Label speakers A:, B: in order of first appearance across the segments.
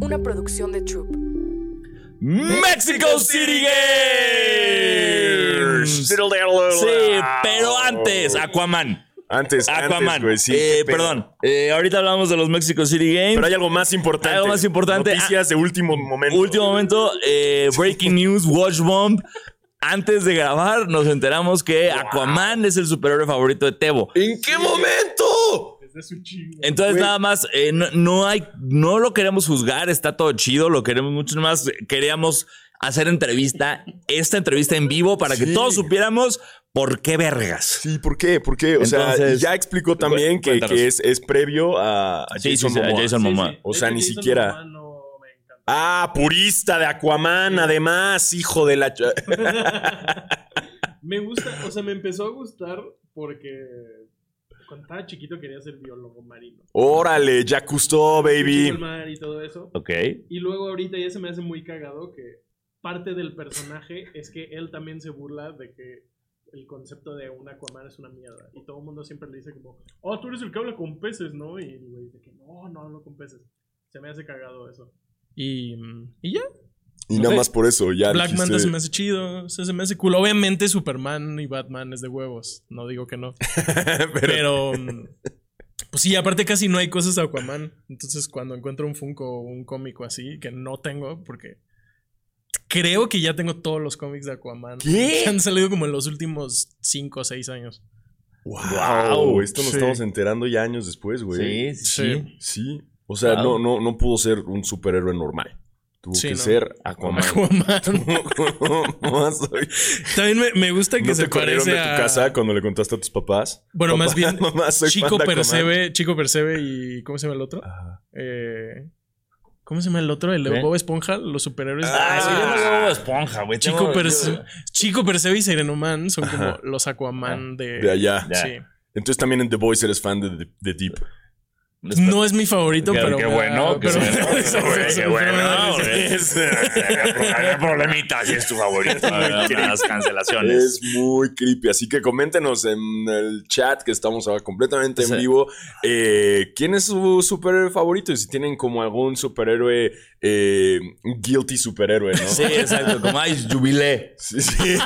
A: una producción de Troop.
B: Mexico City Games.
C: Sí,
B: Sí, pero antes, Aquaman.
C: Antes,
B: Aquaman.
C: antes, güey, sí,
B: Eh,
C: qué pedo.
B: perdón. Eh, ahorita hablamos de los Mexico City Games.
C: Pero hay algo más importante.
B: Algo más importante. ah,
C: Noticias de último momento.
B: Último momento, eh, breaking news, Watch Bomb. Antes de grabar, nos enteramos que Aquaman es el superhéroe favorito de Tebo.
C: ¿En qué momento?
B: Entonces, nada más, eh, no, no hay, no lo queremos juzgar, está todo chido, lo queremos mucho más. Queríamos hacer entrevista, esta entrevista en vivo, para que
C: Sí.
B: todos supiéramos por qué vergas.
C: Sí, ¿por qué? ¿Por qué? O sea,
B: Entonces,
C: ya explicó también que,
B: cuéntanos.
C: que es, es previo a, a
B: Sí, sí,
C: Jason
B: sí, a
C: Momoa.
B: Jason Momoa.
C: O sea, ni siquiera. Ah, purista de Aquaman, además, hijo de la... ch-
D: Me gusta, o sea, me empezó a gustar porque cuando estaba chiquito quería ser biólogo marino.
C: Órale, ya custó,
D: El
C: baby.
D: mar y todo eso.
B: Ok.
D: Y luego ahorita ya se me hace muy cagado que parte del personaje es que él también se burla de que el concepto de un Aquaman es una mierda. Y todo el mundo siempre le dice como, oh, tú eres el que habla con peces, ¿no? Y el güey dice que no, no hablo con peces. Se me hace cagado eso. Y, y ya,
C: Y nada
D: Ok.
C: más por eso, ya
D: Black
C: Ah, dijiste-
D: Manta se me hace chido, o sea, se me hace cool. Obviamente Superman y Batman es de huevos, no digo que no.
C: Pero-
D: Pero, mm, pues sí, aparte casi no hay cosas de Aquaman. Entonces, cuando encuentro un Funko o un cómico así, que no tengo, porque creo que ya tengo todos los cómics de Aquaman.
C: ¿Qué?
D: Que han salido como en los últimos 5 o 6 años.
C: Wow,
B: Wow,
C: esto nos
D: sí.
C: estamos enterando ya años después, güey.
B: Sí, sí.
D: Sí.
C: Sí. O sea,
B: Wow.
C: no, no, no pudo ser un superhéroe normal. Tuvo
D: Sí,
C: que
D: no.
C: ser Aquaman.
D: Aquaman.
C: Más, güey.
D: También me, me gusta que
C: ¿No
D: se
C: te corrieron
D: parece
C: de tu
D: a...
C: casa cuando le contaste a tus papás?
D: Bueno,
C: Papá,
D: más bien,
C: mamá, soy
D: Chico
C: fan de Aquaman.
D: Percebe, Chico Percebe y... ¿Cómo se llama el otro?
C: Ajá.
D: Eh, ¿Cómo se llama el otro? El de
B: ¿Eh?
D: Bob Esponja, los superhéroes. de-
B: Ah, sí, yo no
C: Ah.
B: veo Bob esponja, güey.
D: Chico,
B: Tengo-
D: Perce-
B: yo-
D: Chico Percebe y Serenoman son como
C: Ajá.
D: los Aquaman de...
C: De allá.
B: Ya.
D: Sí.
C: Entonces también en The Voice eres fan de, de- de Deep.
D: No es mi favorito,
B: Qué-
D: pero.
B: qué
D: me da-
B: bueno, qué
D: pero-
B: bueno, güey, qué
D: Exacto, pero me
B: bueno,
D: da
B: güey.
D: risa.
C: Es,
B: Había problemitas si es tu favorito. Las cancelaciones.
C: es muy creepy. Así que coméntenos en el chat que estamos ahora completamente
B: Sí.
C: en vivo. eh, ¿Quién es su superhéroe favorito? Y si tienen como algún superhéroe, eh, guilty superhéroe, ¿no?
B: Sí, exacto. Como hay jubilé.
C: Sí, sí.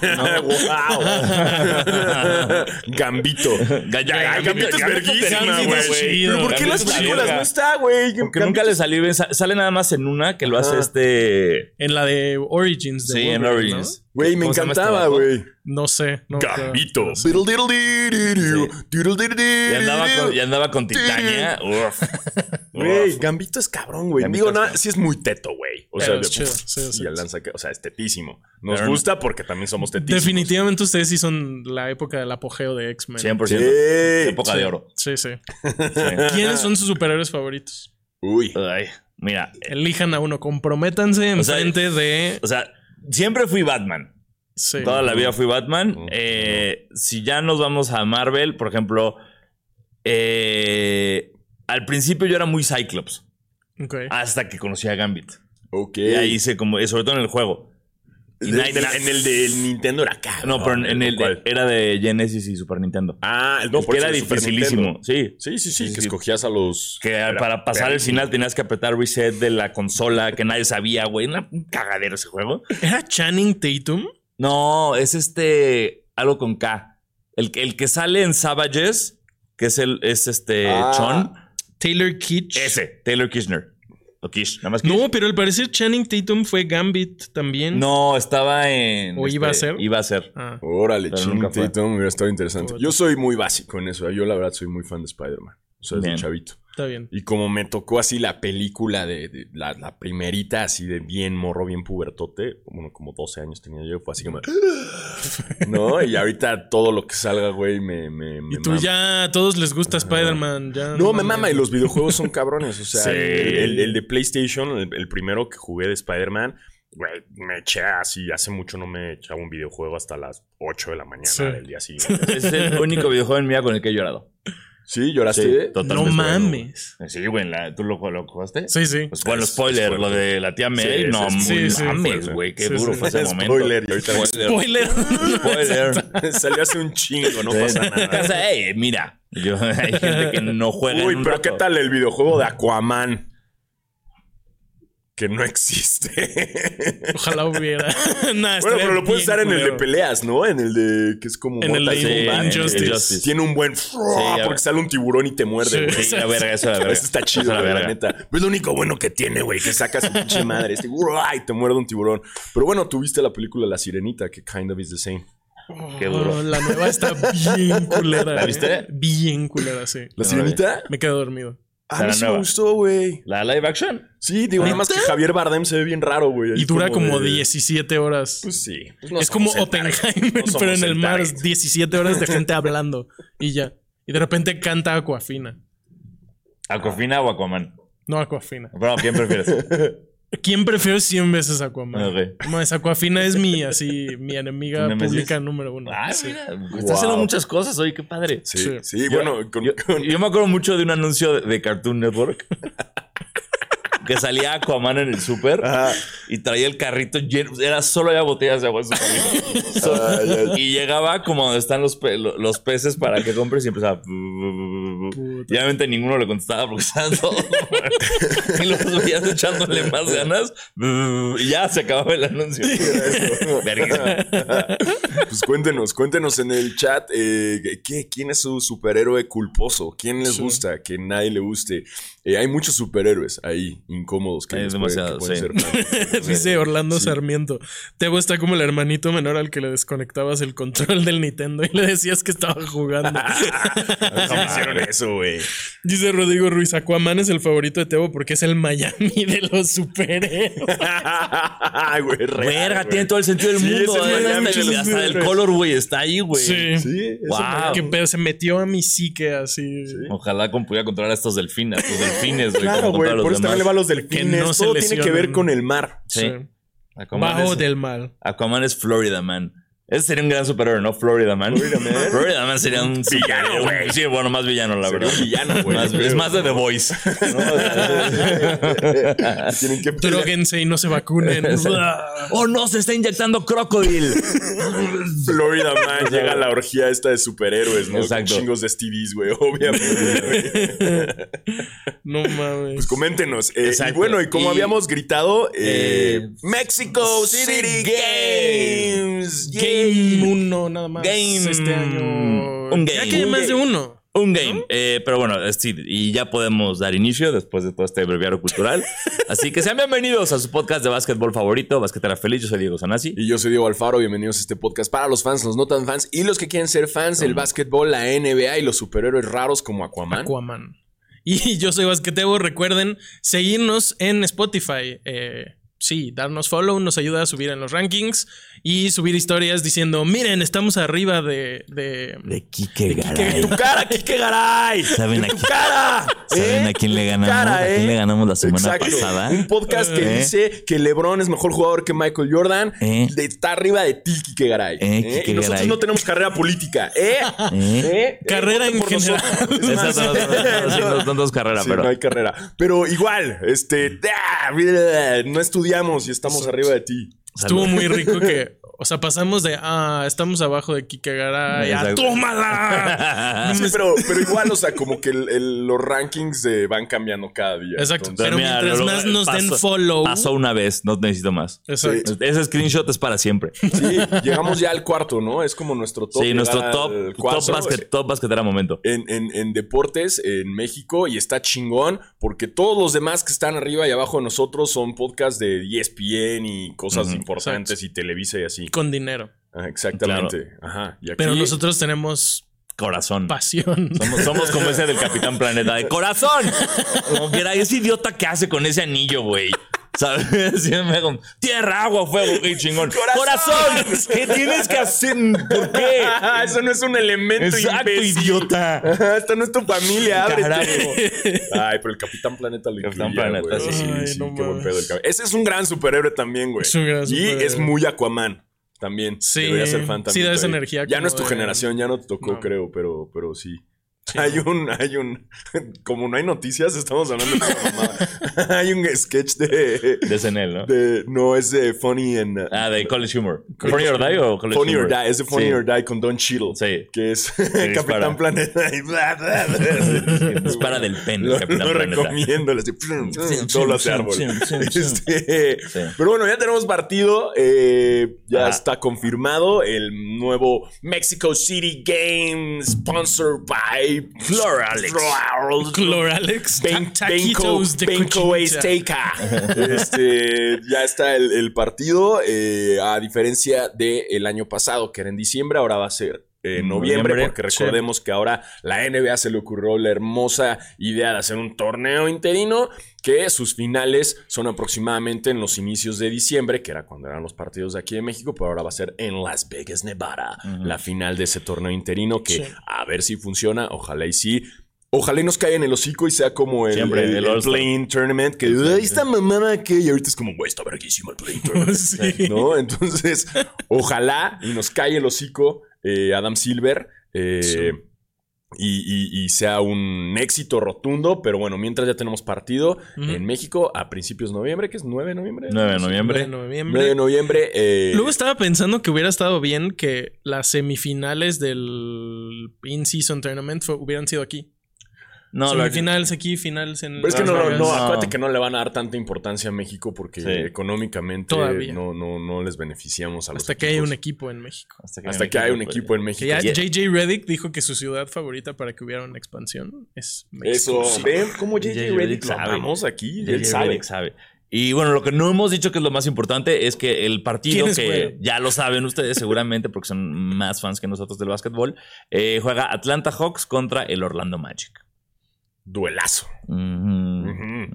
C: Wow. Gambito. Ay, Gambito es verguísima,
B: Gambito es
C: güey.
B: chido.
C: Pero ¿por qué en
B: Gambito es
C: las
B: la
C: películas
B: verga.
C: no está, güey?
B: Porque
C: Gambito-
B: nunca le salió bien. Sa- Sale nada más en una que lo hace
C: Ajá.
B: este.
D: En la de Origins. De
B: Sí, en
D: Wolverine,
B: Origins.
C: Güey, me
B: ¿Cómo se llama este
C: encantaba,
B: vato?
C: güey.
D: No, No sé. No,
C: Gambito.
D: claro.
C: Diddle, diddle, diddle,
B: Sí.
C: diddle, diddle,
B: Y andaba con, y
C: diddle.
B: andaba con Titania. Uf.
C: Güey,
B: Uf.
C: Gambito es cabrón, güey.
B: Gambito
C: Digo,
B: es
C: nada,
B: cabrón.
C: sí es muy teto, güey. O
D: Pero
C: sea,
D: es
C: de-
D: chido, sí,
C: y
D: sí,
C: el
D: sí.
C: lanza que- o sea, estetísimo. Nos
B: Pero no-
C: gusta porque también somos tetísimos.
D: Definitivamente ustedes sí son la época del apogeo de X-Men.
B: 100%.
C: Sí.
B: Época de oro.
D: Sí, sí.
B: Sí.
D: ¿Quiénes son sus superhéroes favoritos?
C: Uy.
B: Ay, mira,
D: Elijan a uno, comprométanse en
B: O sea,
D: frente de.
B: o sea, siempre fui Batman.
D: Sí.
B: Toda la vida fui Batman.
C: Ujú.
B: Eh, si ya nos vamos a Marvel, por ejemplo, eh, al principio yo era muy Cyclops,
D: Ok.
C: Ah.
B: hasta que conocí a Gambit.
C: Ok.
B: Y ahí hice como, eh, sobre todo en el juego. Y
C: De-
B: nadie-
C: de- en el del Nintendo era cabrón.
B: No, pero en, en el
C: ¿Cuál?
B: era de Genesis y Super Nintendo.
C: Ah, el
B: No,
C: no, por
B: porque
C: eso
B: era
C: el Super Nintendo.
B: dificilísimo. Sí.
C: Sí, sí, sí,
B: Sí,
C: que
B: sí.
C: escogías a los.
B: Que para pasar el final tenías que apretar reset de la consola que nadie sabía, güey. Una cagadera ese juego.
D: ¿Era Channing Tatum?
B: No, es este. Algo con K. El, que- el que sale en Savages, que es el, es este
C: Ah.
B: Chon.
D: Taylor Kitsch.
B: Ese, Taylor Kirchner. O Kish, nada más que.
D: No, pero al parecer Channing Tatum fue Gambit también.
B: No, estaba en. este,
D: ¿O iba a ser?
B: Iba a ser.
D: Ah.
C: Órale,
B: Pero
C: Channing
B: nunca fue.
C: Tatum hubiera estado interesante.
D: Puta.
C: Yo soy muy básico en eso. ¿eh? Yo, la verdad, soy muy fan de Spider-Man. O sea, desde
B: Bien.
C: chavito.
D: Está bien.
C: Y como me tocó así la película de, de- la, la primerita, así de bien morro, bien pubertote, bueno, como 12 años tenía yo, fue así como. ¿No? Y ahorita todo lo que salga, güey, me. me, me
D: Y tú
C: mama.
D: ya a todos les gusta Spider-Man. ya
C: No, me mama, y
D: mames.
C: los videojuegos son cabrones. O sea,
B: Sí.
C: el, el- el de PlayStation, el, el primero que jugué de Spider-Man, güey, me eché así. Hace mucho no me echaba un videojuego hasta las 8 de la mañana
D: Sí.
C: del día siguiente.
B: Es el único videojuego en mía con el que he llorado.
C: ¿Sí? ¿Lloraste?
D: No mames.
B: Sí, güey, la- ¿tú lo, lo jugaste?
D: Sí, sí.
B: Pues bueno,
C: Es-
B: spoiler,
C: es
B: lo de la tía May.
C: Sí,
B: no
C: es-
D: sí, sí,
B: mames,
C: fuerte.
B: güey, qué
D: Sí,
B: duro
D: sí.
B: fue ese momento.
C: Spoiler, y ahorita-
D: Spoiler.
B: Spoiler.
C: Salió hace un chingo, no pasa nada.
B: O sea, hey, mira, yo- hay gente que no juega. en
C: Uy,
B: un
C: pero
B: rato.
C: ¿qué tal el videojuego de Aquaman? que no existe.
D: Ojalá hubiera.
C: Bueno,
D: Nah, estaría
C: pero lo puedes
D: bien
C: usar en el de
D: culero.
C: peleas, ¿no? En el de que es como
D: En el
C: Mortal
D: de
C: Kombat.
B: en el
D: Injustice.
B: Injustice.
C: Tiene un buen
B: ya
C: porque
B: ves.
C: sale un tiburón y te
D: Sí.
C: muerde, güey.
B: Sí, la verga, eso la verga.
C: Este está chido,
B: Eso la
C: güey, la,
B: verga.
C: neta. Pero es lo único bueno que tiene, güey, que sacas su pinche madre. Este, ¡guau! y te muerde un tiburón. Pero bueno, tuviste la película La Sirenita, que kind of is the same.
B: Qué duro.
D: Oh, la nueva está bien culera.
B: ¿La
D: eh.
B: viste?
D: Bien culera, sí.
C: ¿La
B: No,
C: Sirenita?
D: Me quedo dormido.
C: A
B: La
C: mí Ah, sí me
B: nueva.
C: gustó, güey.
B: La live action.
C: Sí, digo, nada más que Javier Bardem se ve bien raro, güey. Ahí
D: Y dura como,
C: de-
D: 17 horas.
C: Pues sí. Pues no
D: es como
C: somos el target.
D: Oppenheimer,
C: No somos
D: pero en el mar.
C: target.
D: 17 horas de gente hablando. Y ya. Y de repente canta Aquafina.
B: Aquafina o Aquaman.
D: No Aquafina.
B: Bueno, ¿quién prefieres?
D: ¿Quién prefiero 100 veces Aquaman?
B: Ok.
D: No, es Aquafina es mi, así, mi enemiga
B: Nemesis.
D: pública número uno.
B: Ah,
D: Sí.
B: mira. Está
C: Wow.
B: haciendo muchas cosas hoy, qué padre.
C: Sí,
D: Sí.
C: sí, bueno, con,
B: Yo,
C: con-
B: yo me acuerdo mucho de un anuncio de, de Cartoon Network. Que salía Aquaman en el súper
C: Ajá.
B: y traía el carrito lleno. Era solo había botellas de agua en su camino. Solo-
C: Ah, ya.
B: y llegaba como donde están los, pe- lo- los peces para que compres y empezaba. Y obviamente ninguno le contestaba porque estaban todos. y los veías echándole más ganas. Y ya se acababa el anuncio. Verguísima.
C: Pues cuéntenos, cuéntenos en el chat eh, ¿qué- quién es su superhéroe culposo, quién les
D: Sí.
C: gusta, que nadie le guste. Eh, hay muchos superhéroes ahí incómodos que
B: Hay
C: les
B: demasiados,
C: pueden, que pueden
B: sí.
C: ser fans.
D: Dice Orlando
C: Sí.
D: Sarmiento. Tebo está como el hermanito menor al que le desconectabas el control del Nintendo y le decías que estaba jugando.
C: ¿Cómo hicieron eso, güey?
D: Dice Rodrigo Ruiz, Aquaman es el favorito de Tebo porque es el Miami de los superhéroes.
C: Ay, güey, real,
B: Verga,
C: güey.
B: tiene todo el sentido del
C: Sí,
B: mundo.
C: ese es
B: ¿eh?
C: Miami,
B: Hasta el-
C: los
B: Hasta el
C: Miami.
B: color, güey, está ahí, güey.
D: Sí.
C: Sí, eso
B: Wow.
D: Qué pedo, se metió a mi psique así.
B: Ojalá con pudiera controlar a estos delfines, los delfines, güey.
C: Claro,
B: como
C: güey,
B: controlar a
C: por
B: los
C: eso también le va a
B: demás.
C: los delfines.
D: no se
C: Todo tiene que
D: lesionen.
C: ver con el mar.
D: Sí.
B: Sí. Aquaman
D: Bajo
B: es-
D: del mal.
B: Aquaman es Florida Man. Ese sería un gran superhéroe, ¿no? Florida Man. Florida Man, sería un villano, güey. Sí, bueno, más villano, la
C: Sería
B: verdad.
C: un villano, güey.
B: Más- es más de The Voice.
C: Tienen que
D: Droguense y no se vacunen.
B: oh, no, se está inyectando Crocodile.
C: Florida Man llega a la orgía esta de superhéroes, ¿no?
B: Exacto.
C: Con chingos de STDs, güey, obviamente. güey.
D: no mames.
C: Pues coméntenos. eh, y
B: Exacto.
C: bueno, y como
B: Y-
C: habíamos gritado, eh,
B: Eh,
C: Mexico City,
B: City Eh,
C: Games.
D: Game uno nada más.
B: Game.
D: Este año.
B: Un
D: Ya
B: game.
D: que hay
B: Un
D: más
B: game.
D: de uno.
B: Un game. Eh, pero bueno, es- sí, y ya podemos dar inicio después de todo este breviario cultural. Así que sean bienvenidos a su podcast de básquetbol favorito, Basquetera Feliz. Yo soy Diego Sanasi.
C: Y yo soy Diego Alfaro, bienvenidos a este podcast para los fans, los no tan fans y los que quieren ser fans
B: Ah.
C: del básquetbol, la NBA y los superhéroes raros como Aquaman.
D: Aquaman. Y yo soy Basquetebo. Recuerden seguirnos en Spotify. Eh, sí, darnos follow nos ayuda a subir en los rankings y subir historias diciendo: Miren, estamos arriba de. de-
B: De Kike Garay.
C: ¡Tu cara, Kike Garay!
B: ¿Saben a
C: ¡Tu
B: quién,
C: cara!
B: ¿saben
C: ¿Eh?
B: a quién le
C: ¡Tu
B: ganamos?
C: cara,
B: ¿A quién
C: eh?
B: le ganamos la semana
C: Exacto.
B: pasada?
C: Un podcast que
B: Eh.
C: dice que LeBron es mejor jugador que Michael Jordan.
B: Eh.
C: de- Está arriba de ti, Kike Garay.
B: Eh,
C: ¿eh?
B: Kike
C: Y nosotros
B: Garay.
C: no tenemos carrera política. ¿eh?
B: ¿Eh?
C: ¿Eh?
D: Carrera
C: Eh,
D: en
C: por
D: general.
C: nosotros. Es
B: Esas
C: más,
B: son las-
C: no.
B: sí, no- no dos carreras,
C: Sí,
B: pero.
C: no hay carrera. Pero igual, este, ah, no estudiamos y estamos arriba de ti.
B: Salud.
D: Estuvo muy rico que. O sea, pasamos de. Ah, estamos abajo de Kike Garay. a,
B: Exacto.
D: ¡Tómala!
B: Ah,
C: Sí, pero, pero igual, o sea, como que el- el- los rankings se van cambiando cada día.
D: Exacto.
C: Entonces, eh,
D: Pero
B: mira,
D: mientras
B: lo-
D: más nos den
B: pasó-
D: follow.
B: Pasó una vez, no necesito más.
D: Exacto.
B: Ese screenshot es para siempre.
C: sí, llegamos ya al cuarto, ¿no? Es como nuestro top.
B: Sí, nuestro
C: llegar
B: top,
C: al
B: top,
C: cuarto.
B: basquet, top basquetera momento.
C: en, en- en deportes en México y está chingón porque todos los demás que están arriba y abajo de nosotros son podcasts de E ESPN y cosas
B: Ujú,
C: importantes y Televisa y así.
D: Con dinero.
C: Ah, exactamente. Ajá. Y aquí,
D: Pero nosotros tenemos
B: Corazón.
D: pasión.
B: Somos, somos como ese del Capitán Planeta de corazón. Como que era ese idiota que hace con ese anillo, güey. ¿Sabes? Sí, me hago, Tierra, agua, fuego, qué chingón.
C: ¡Corazón!
B: ¡Corazón! ¿Qué tienes que hacer? ¿Por qué?
C: Ah, eso no es un elemento
B: Exacto,
C: imbécil.
B: idiota.
C: Ajá, Esta no es tu familia, ábrete.
B: Carajo.
C: Ay, pero el Capitán Planeta lo
B: Capitán
C: incluía,
B: Planeta,
C: güey.
B: sí,
C: Sí,
D: Ay,
C: sí,
D: no
C: qué buen
D: mames.
C: pedo el Cap- Ese es un gran superhéroe también, güey.
D: Es un gran
C: Y
D: superhéroe.
C: es muy Aquaman también.
D: Sí.
C: Debería ser fan
D: Sí,
C: también.
D: da esa
C: güey.
D: energía
C: Ya no
D: como
C: es tu
D: de-
C: generación, ya no te tocó,
D: No.
C: creo, pero, pero sí. hay un, hay un, como no hay noticias, estamos hablando de esa mamada. Hay un sketch de,
B: De SNL, ¿no?
C: de- no, es de Funny and... uh,
B: Ah, de College Humor. ¿Funny or Die o College
C: Funny or
B: Humor?
C: Die, es de Funny
B: Sí.
C: or Die con Don Cheadle.
B: Sí.
C: Que es
B: dispara.
C: Capitán Planeta y bla, bla, bla.
B: Dispara del pene,
C: Lo,
B: Capitán
C: lo
B: Planeta.
C: recomiendo. le hace plum, plum, todo lo hace
B: sí,
C: árbol.
B: sí, sí, sí.
C: Este,
B: Sí.
C: Pero bueno, ya tenemos partido. eh, ya
B: Ajá.
C: está confirmado el nuevo Mexico City Game sponsored by
B: Cloralex.
C: Cloralex.
D: Cloralex.
C: Ben-
D: ta-
C: Benco,
D: taquitos de
C: Benco
D: cochinita.
C: Azteca. Este, ya está el, el partido. eh, a diferencia del año pasado, que era en diciembre, ahora va a ser. En noviembre,
B: Noviembre,
C: porque
B: sí.
C: recordemos que ahora la NBA se le ocurrió la hermosa idea de hacer un torneo interino, que sus finales son aproximadamente en los inicios de diciembre, que era cuando eran los partidos de aquí de México, pero ahora va a ser en Las Vegas, Nevada, la final de ese torneo interino, que
D: Sí.
C: a ver si funciona, ojalá y sí. Ojalá y nos caiga en el hocico y sea como el,
B: Siempre,
C: el,
B: el
C: el
B: All-Star.
C: Play-In Tournament, que ahí está mamada que y ahorita es como, güey, está verguísima el Play-In Tournament.
D: Sí.
C: ¿No? Entonces, ojalá y nos caiga el hocico eh, Adam Silver. eh,
D: Sí.
C: Y, y- y sea un éxito rotundo, pero bueno, mientras ya tenemos partido
D: Ujú.
C: en México a principios de noviembre, que es 9 de noviembre.
B: 9 de
D: De
B: noviembre.
C: 9 de
D: noviembre.
C: noviembre. eh,
D: Luego estaba pensando que hubiera estado bien que las semifinales del in-season tournament fu- hubieran sido aquí.
B: No, la-
D: semifinales aquí, finales en.
C: Pero es que
D: Las
C: no, no,
D: Vegas.
C: no,
B: No.
C: acuérdate que no le van a dar tanta importancia a México porque
B: Sí.
C: económicamente
D: Todavía.
C: no, no, no les beneficiamos a los
D: Hasta que haya
C: equipos.
D: un equipo en México.
C: Hasta que haya
B: pues.
C: un equipo en
D: Que
C: México.
D: ya
B: ya-
D: JJ Reddick dijo que su ciudad favorita para que hubiera una expansión es México.
C: Eso, ven cómo
B: J.J.
C: J.J.
B: Redick
C: Reddick lo
B: sabe.
C: amamos aquí.
B: J.J.
C: él sabe.
B: Redick sabe. Y bueno, lo que no hemos dicho que es lo más importante es que el partido
D: ¿Quién es,
B: que
D: güey?
B: ya lo saben ustedes seguramente porque son más fans que nosotros del básquetbol, eh, juega Atlanta Hawks contra el Orlando Magic.
C: Duelazo.
B: Ujú.
C: Ujú.
B: Mm.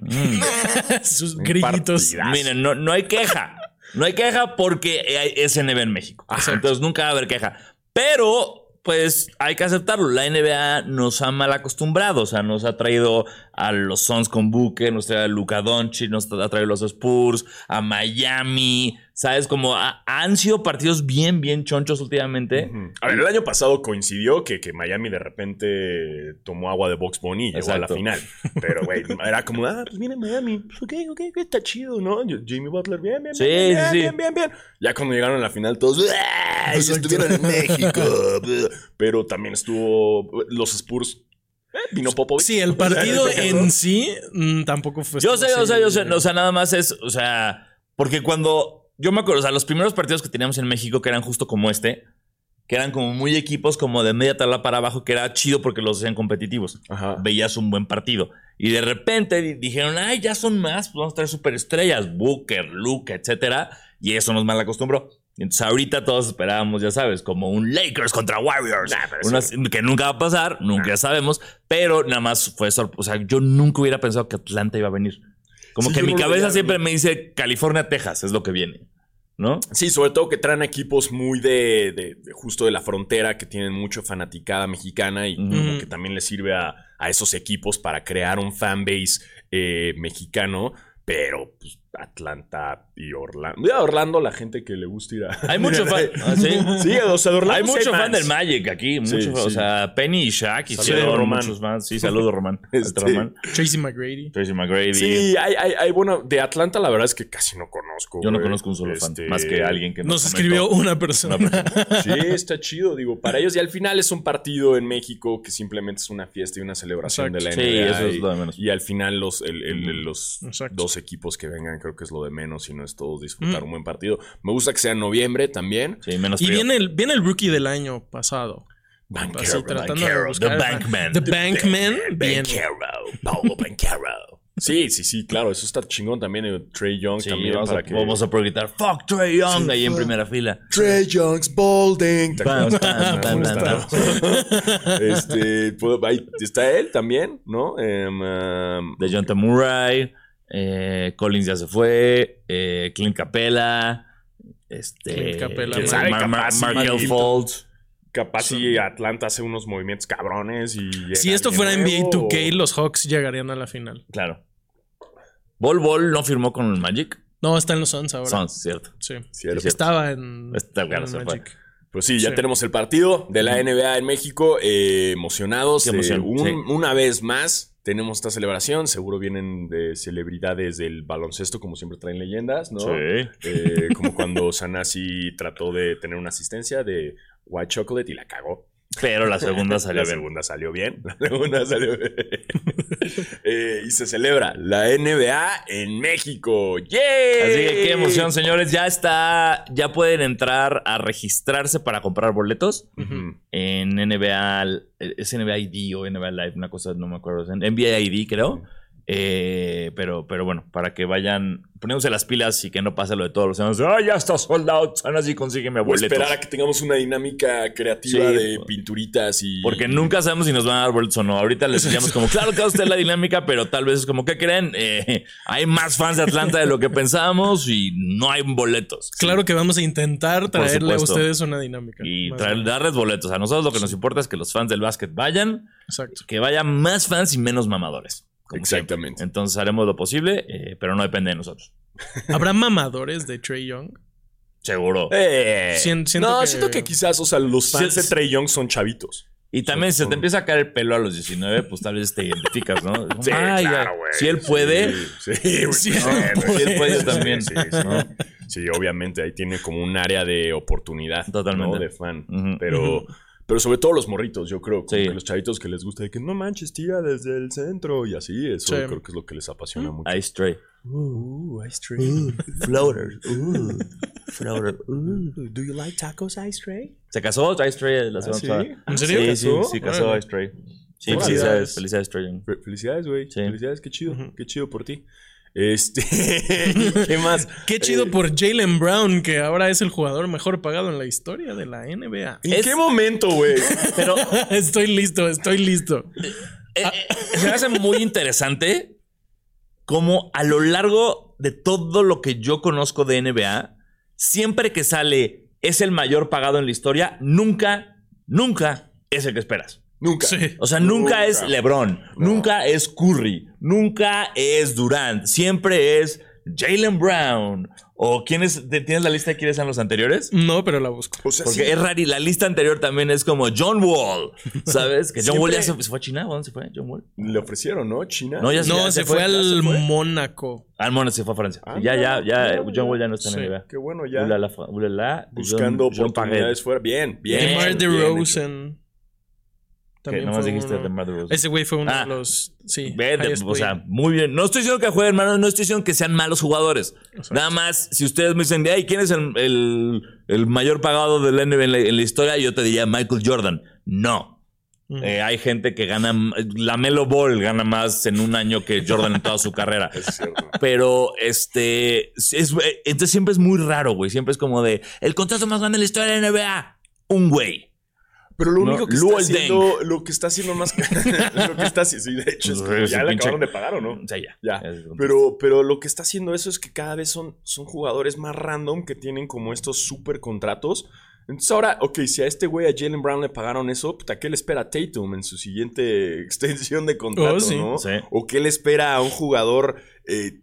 D: Sus grillitos.
C: partidazo.
B: Miren, no, no hay queja. No hay queja porque hay SNB en México. Entonces nunca va a haber queja. Pero, pues, hay que aceptarlo. La NBA nos ha mal acostumbrado. O sea, nos ha traído a los Suns con Booker, nos trae a Luka Doncic, nos ha traído a los Spurs, a Miami. ¿Sabes? Como ha- han sido partidos bien, bien chonchos últimamente.
C: Ujú. A ver, el año pasado coincidió que, que Miami de repente tomó agua de Box Bunny y llegó a la
B: Exacto.
C: final. Pero, güey, era como, ah, pues viene Miami. Pues, ok, ok, ok, está chido, ¿no? Yo- Jimmy Butler, bien, bien,
B: Sí,
C: bien, bien,
B: sí, sí.
C: bien, bien, bien. Ya cuando llegaron a la final, todos, "Ah, ellos
D: Exacto.
C: estuvieron en México. Buh. Pero también estuvo los Spurs. Eh, vino Popovich.
D: Sí, el partido en sí mm, tampoco fue.
B: Yo sé,
D: así.
B: yo sé, yo sé. O sea, nada más es, o sea, porque cuando yo me acuerdo, o sea, los primeros partidos que teníamos en México que eran justo como este, que eran como muy equipos como de media tabla para abajo, que era chido porque los hacían competitivos.
C: Ajá.
B: Veías un buen partido. Y de repente di- dijeron, ay, ya son más, pues vamos a traer superestrellas, Booker, Luca, etcétera. Y eso nos mal acostumbró. Entonces ahorita todos esperábamos, ya sabes, como un Lakers contra Warriors.
C: Nah, pero
B: Una- que nunca va a pasar, nunca sabemos, pero nada más fue sorpresa. O sea, yo nunca hubiera pensado que Atlanta iba a venir. Como
C: Sí,
B: que
C: yo
B: mi
C: no lo
B: cabeza
C: veía
B: siempre me dice California, Texas, es lo que viene. ¿No?
C: Sí, sobre todo que traen equipos muy de, de- de justo de la frontera, que tienen mucho fanaticada mexicana y
B: Ujú.
C: como que también les sirve a, a esos equipos para crear un fanbase eh, mexicano. Pero pues, Atlanta y Orlando. Ya Orlando, la gente que le gusta ir a.
B: Hay mucho fan. ah, sí.
C: Sí, o sea, de Orlando
B: Hay
C: sí
B: mucho fan
C: fans.
B: del Magic aquí, mucho,
C: Sí,
B: fan, o
C: sí.
B: sea, Penny y Shaq y
C: Saludos, Román.
B: muchos fans. Sí, saludos, Román.
C: Este.
B: Alto Román.
D: Tracy McGrady.
B: Tracy McGrady.
C: Sí, hay, hay, hay, bueno, de Atlanta la verdad es que casi no conozco.
B: Yo no
C: güey.
B: conozco un solo
C: Este,
B: fan, más que alguien que
D: Nos
B: comentó.
D: escribió una persona.
C: Sí, está chido, digo, para ellos. Y al final es un partido en México que simplemente es una fiesta y una celebración
D: Exacto.
C: de la
B: Sí,
C: NBA.
B: eso es
C: y-
B: lo de menos.
C: Y al final los, el- el- el- los
D: Exacto.
C: dos equipos que vengan creo que es lo de menos y no es todos disfrutar un buen partido. Me gusta que sea en noviembre también.
B: Mm. Sí, menos
D: Y
B: frío.
D: viene el, viene el rookie del año pasado.
C: Banquero,
D: Así tratando de
B: Bankero,
D: buscar.
B: the Bankman.
D: The Bankman. Bien.
C: Banquero, Paulo Banquero. Sí, sí, sí, claro, eso está chingón también. eh, Trey Young
B: Sí,
C: también
B: vamos,
C: para
B: a,
C: que...
B: vamos a proyectar Fuck Trey Young ahí en
C: fuck.
B: primera fila.
C: Trey Young's Balding. ¿Te
B: Pam,
C: acuerdas?
B: pam, pam, pam, pam.
C: Este, puedo- ahí está él también, ¿no? Em, em,
B: De John Murray. eh, Collins ya se fue. eh, Clint Capella. Este.
D: Clint Capela,
B: ¿quién
D: man.
B: sabe? Mar- Mar-
C: Capaz,
B: Markel
C: maldito.
B: Fultz.
C: capaz si Atlanta hace unos movimientos cabrones y... llega
D: Si esto fuera
C: alguien
D: NBA
C: nuevo,
D: 2K, los Hawks llegarían a la final.
B: Claro. Bol Bol no firmó con el Magic.
D: No, están los Suns ahora.
B: Suns, cierto.
D: Sí.
C: Cierto.
D: Estaba en.
B: Está claro,
D: en
B: se fue.
D: Magic.
C: Pero sí, ya
D: Sí.
C: tenemos el partido de la NBA en México. eh, emocionados.
B: Qué
C: eh,
B: emoción,
C: un-
B: sí.
C: Una vez más tenemos esta celebración. Seguro vienen de celebridades del baloncesto, como siempre traen leyendas, ¿no?
B: Sí.
C: Eh, como cuando Sanasi trató de tener una asistencia de White Chocolate y la cagó.
B: Pero la segunda salió
C: la
B: bien.
C: segunda salió bien. La segunda salió bien. Eh, y se celebra la NBA en México. ¡Yay!
B: Así que qué emoción, señores. Ya está, ya pueden entrar a registrarse para comprar boletos
C: Ujú.
B: en NBA, es NBA ID o NBA Live, una cosa, no me acuerdo, es en NBA ID creo. Eh, pero, pero bueno, para que vayan poniéndose las pilas y que no pase lo de todos los años. Ah, ya está sold out. Ahora sí consígueme
C: O
B: boletos.
C: esperar a que tengamos una dinámica creativa
B: Sí,
C: de
B: po-
C: pinturitas y.
B: Porque nunca sabemos si nos van a dar boletos o no. Ahorita les decíamos como, claro que usted la dinámica, pero tal vez es como, ¿qué creen? Eh, hay más fans de Atlanta de lo que pensábamos y no hay boletos.
D: Claro que vamos a intentar traerle a
B: supuesto.
D: ustedes una dinámica.
B: Y
D: Más
B: traer-
D: bien.
B: darles boletos. A nosotros lo que nos importa es que los fans del básquet vayan,
D: Exacto.
B: que vayan más fans y menos mamadores. como siempre.
C: Exactamente.
B: Entonces haremos lo posible, eh, pero no depende de nosotros.
D: ¿Habrá mamadores de Trey Young?
B: Seguro.
C: Eh,
D: Sien- siento
C: no,
D: que-
C: siento que quizás, o sea, los fans
B: Sí,
C: de Trey Young son chavitos.
B: Y también, si te
C: son-
B: empieza a caer el pelo a los 19, pues tal vez te identificas, ¿no?
C: Sí,
B: Ay,
C: claro,
B: ay,
C: güey.
B: Si él puede,
C: Sí, sí, güey,
D: Sí,
C: pues,
D: él
C: bueno,
D: puede.
C: sí, él puede
B: Sí,
C: también.
B: sí,
C: Sí, ¿no? Sí, obviamente, ahí tiene como un área de oportunidad. ¿no?
B: Totalmente.
C: De fan.
B: Ujú.
C: Pero. Pero sobre todo los morritos, yo creo. Como
B: Sí.
C: que los chavitos que les gusta de que no manches, tira desde el centro y así. Eso
D: Sí.
C: creo que es lo que les apasiona mucho.
B: Ice Tray.
E: Ooh, ice tray. Ooh, floaters. Ooh, floater.
B: Mm.
E: Ooh, do you like tacos, ice tray?
B: ¿Se casó Ice Tray la semana pasada?
D: ¿En
B: Sí,
D: serio?
B: sí,
C: casó?
B: sí, casó
D: Órale.
B: Ice Tray. Sí,
D: Felicidades.
B: felicidades, felicidades Trey Young.
C: Fe- Felicidades, güey.
B: Sí.
C: Felicidades, qué chido.
D: Ujú.
C: Qué chido por ti. Este. ¿Qué más?
D: Qué chido por Jalen Brown, que ahora es el jugador mejor pagado en la historia de la NBA.
C: ¿En
B: Es-
C: qué momento, güey?
B: Pero
D: Estoy listo, estoy listo.
B: Eh,
C: Ah.
B: eh, se me hace muy interesante como a lo largo de todo lo que yo conozco de NBA, siempre que sale es el mayor pagado en la historia, nunca, nunca es el que esperas.
C: Nunca.
D: Sí.
B: O sea, nunca,
C: Nunca.
B: es LeBron,
C: No.
B: nunca es Curry, nunca es Durant, siempre es Jalen Brown. ¿O quién es? te- ¿Tienes la lista de quiénes eran los anteriores?
D: No, pero la busco.
C: O sea,
B: Porque
C: sí.
B: es raro. y La lista anterior también es como John Wall, ¿sabes? Que John Wall ya se, se fue a China. ¿o ¿Dónde se fue? John Wall.
C: Le ofrecieron, ¿no? China.
B: No, ya
D: No,
B: ya
D: se, fue,
B: ya se
D: al
B: fue.
D: Mónaco.
B: Ah, bueno, se fue a Francia.
C: Ah,
B: ya, ya,
C: mira,
B: ya.
C: mira,
B: John
C: mira.
B: Wall ya no está
D: Sí.
B: en NBA.
C: Qué bueno, ya.
B: Ulala, fa- ulala,
C: buscando
B: John- John Paget.
C: oportunidades fuera. Bien, bien.
D: DeMar
C: hecho, bien
D: DeRozan.
B: Que
D: También
B: no
D: fue
B: más dijiste
D: uno.
B: de Mar de Rosa.
D: Ese güey fue uno
B: Ah.
D: de los. Sí.
B: Ve, de-
D: highest
B: o sea,
D: paid.
B: muy bien. No estoy diciendo que jueguen, hermano. No estoy diciendo que sean malos jugadores. Nada más, si ustedes me dicen, de ahí, ¿quién es el, el- el mayor pagado del NBA en la, en la historia? Yo te diría Michael Jordan. No.
D: Ujú.
B: Eh, hay gente que gana. La Melo Ball gana más en un año que Jordan en toda su carrera.
C: hecho. Es cierto.
B: Pero este es, entonces siempre es muy raro, güey. Siempre es como de el contrato más grande de la historia de la NBA. Un güey.
C: Pero lo
B: No,
C: único que
B: Luol
C: está
B: Deng.
C: haciendo, lo que está haciendo más que, lo que está haciendo, sí, de hecho, es que
B: Ese
C: ya le
B: pinche-
C: acabaron de pagar, ¿o no?
B: O sea, ya.
C: Ya.
B: Es-
C: Pero, pero lo que está haciendo eso es que cada vez son, son jugadores más random que tienen como estos super contratos. Entonces ahora, ok, si a este güey, a Jalen Brown le pagaron eso, puta, ¿qué le espera a Tatum en su siguiente extensión de contrato,
D: Oh, sí.
C: no?
B: Sí.
C: ¿O qué le espera a un jugador? eh,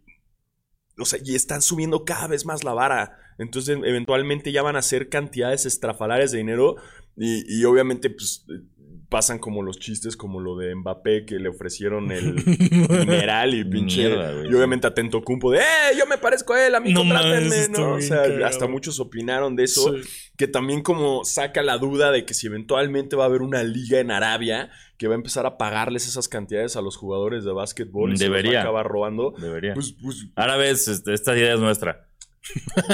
C: o sea, y están subiendo cada vez más la vara. Entonces, eventualmente ya van a ser cantidades estrafalarias de dinero. Y, y obviamente, pues, eh, pasan como los chistes, como lo de Mbappé, que le ofrecieron el mineral y pinche.
B: Mierda, güey,
C: y obviamente atento cumpo de, ¡eh! Yo me parezco a él, a mí
D: No
C: no
D: mames, está
C: ¿no? O
D: bien
C: sea,
D: cagado.
C: hasta muchos opinaron de eso
D: Sí.
C: que también como saca la duda de que si eventualmente va a haber una liga en Arabia que va a empezar a pagarles esas cantidades a los jugadores de básquetbol y se los va
B: Debería.
C: a acabar robando.
B: Debería.
C: Pues, pues
B: Ahora ves, este, esta idea es nuestra.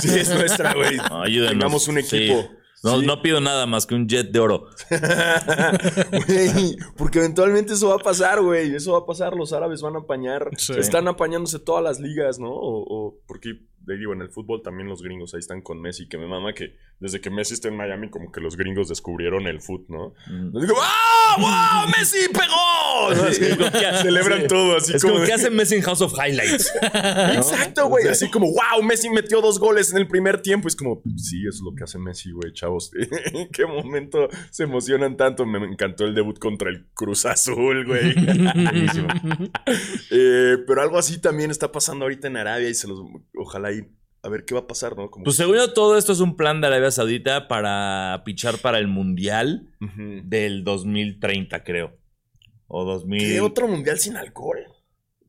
C: sí, es nuestra, güey.
B: Ayúdenos.
C: Tengamos un
B: Sí.
C: equipo.
B: No,
C: Sí.
B: no pido nada más que un jet de oro.
C: Güey, porque eventualmente eso va a pasar, güey. Eso va a pasar. Los árabes van a apañar.
D: Sí.
C: Están apañándose todas las ligas, ¿no? O, o- porque, te digo, en el fútbol también los gringos ahí están con Messi, que me mama que desde que Messi está en Miami, como que los gringos descubrieron el fútbol, ¿no?
B: Mm.
C: Les digo, ¡ah! ¡Wow! ¡Messi pegó! ¿No? Así
B: Es
C: como
B: como que-
C: que Celebran
B: sí.
C: todo, así
B: Es
C: como.
B: como
C: de-
B: que hacen Messi en House of Highlights.
C: Exacto, güey. Así como, wow, Messi metió dos goles en el primer tiempo. Es como, sí, es lo que hace Messi, güey, chavos. ¿En qué momento se emocionan tanto? Me encantó el debut contra el Cruz Azul, güey. Buenísimo. Eh, pero algo así también está pasando ahorita en Arabia y se los. Ojalá y a ver qué va a pasar, ¿no? Como,
F: Pues según yo, todo esto es un plan de Arabia Saudita para pichar para el Mundial
C: Ujú.
F: del 2030, creo. O 2000.
C: ¿Qué otro mundial sin alcohol?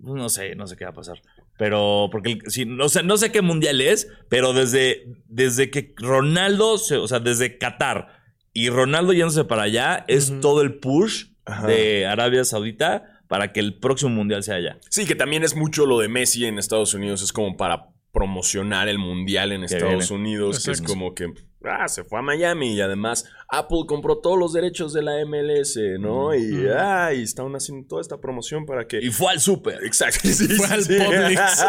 F: Pues No sé, no sé qué va a pasar. Pero, porque, el- sí, no, sé, no sé qué mundial es, pero desde, desde que Ronaldo, se- o sea, desde Qatar y Ronaldo yéndose para allá, es
D: Ujú.
F: todo el push
C: Ajá.
F: de Arabia Saudita para que el próximo mundial sea allá.
C: Sí, que también es mucho lo de Messi en Estados Unidos. Es como para promocionar el mundial en
F: Que
C: Estados
F: viene.
C: Unidos. Que es
D: Exacto.
C: como que ah, se fue a Miami y además Apple compró todos los derechos de la MLS, ¿no? Y,
D: Ujú.
C: ah, y están haciendo toda esta promoción para que.
F: Y fue al súper.
C: Exacto. sí,
D: Fue
C: sí,
D: al
C: sí.
D: Publix.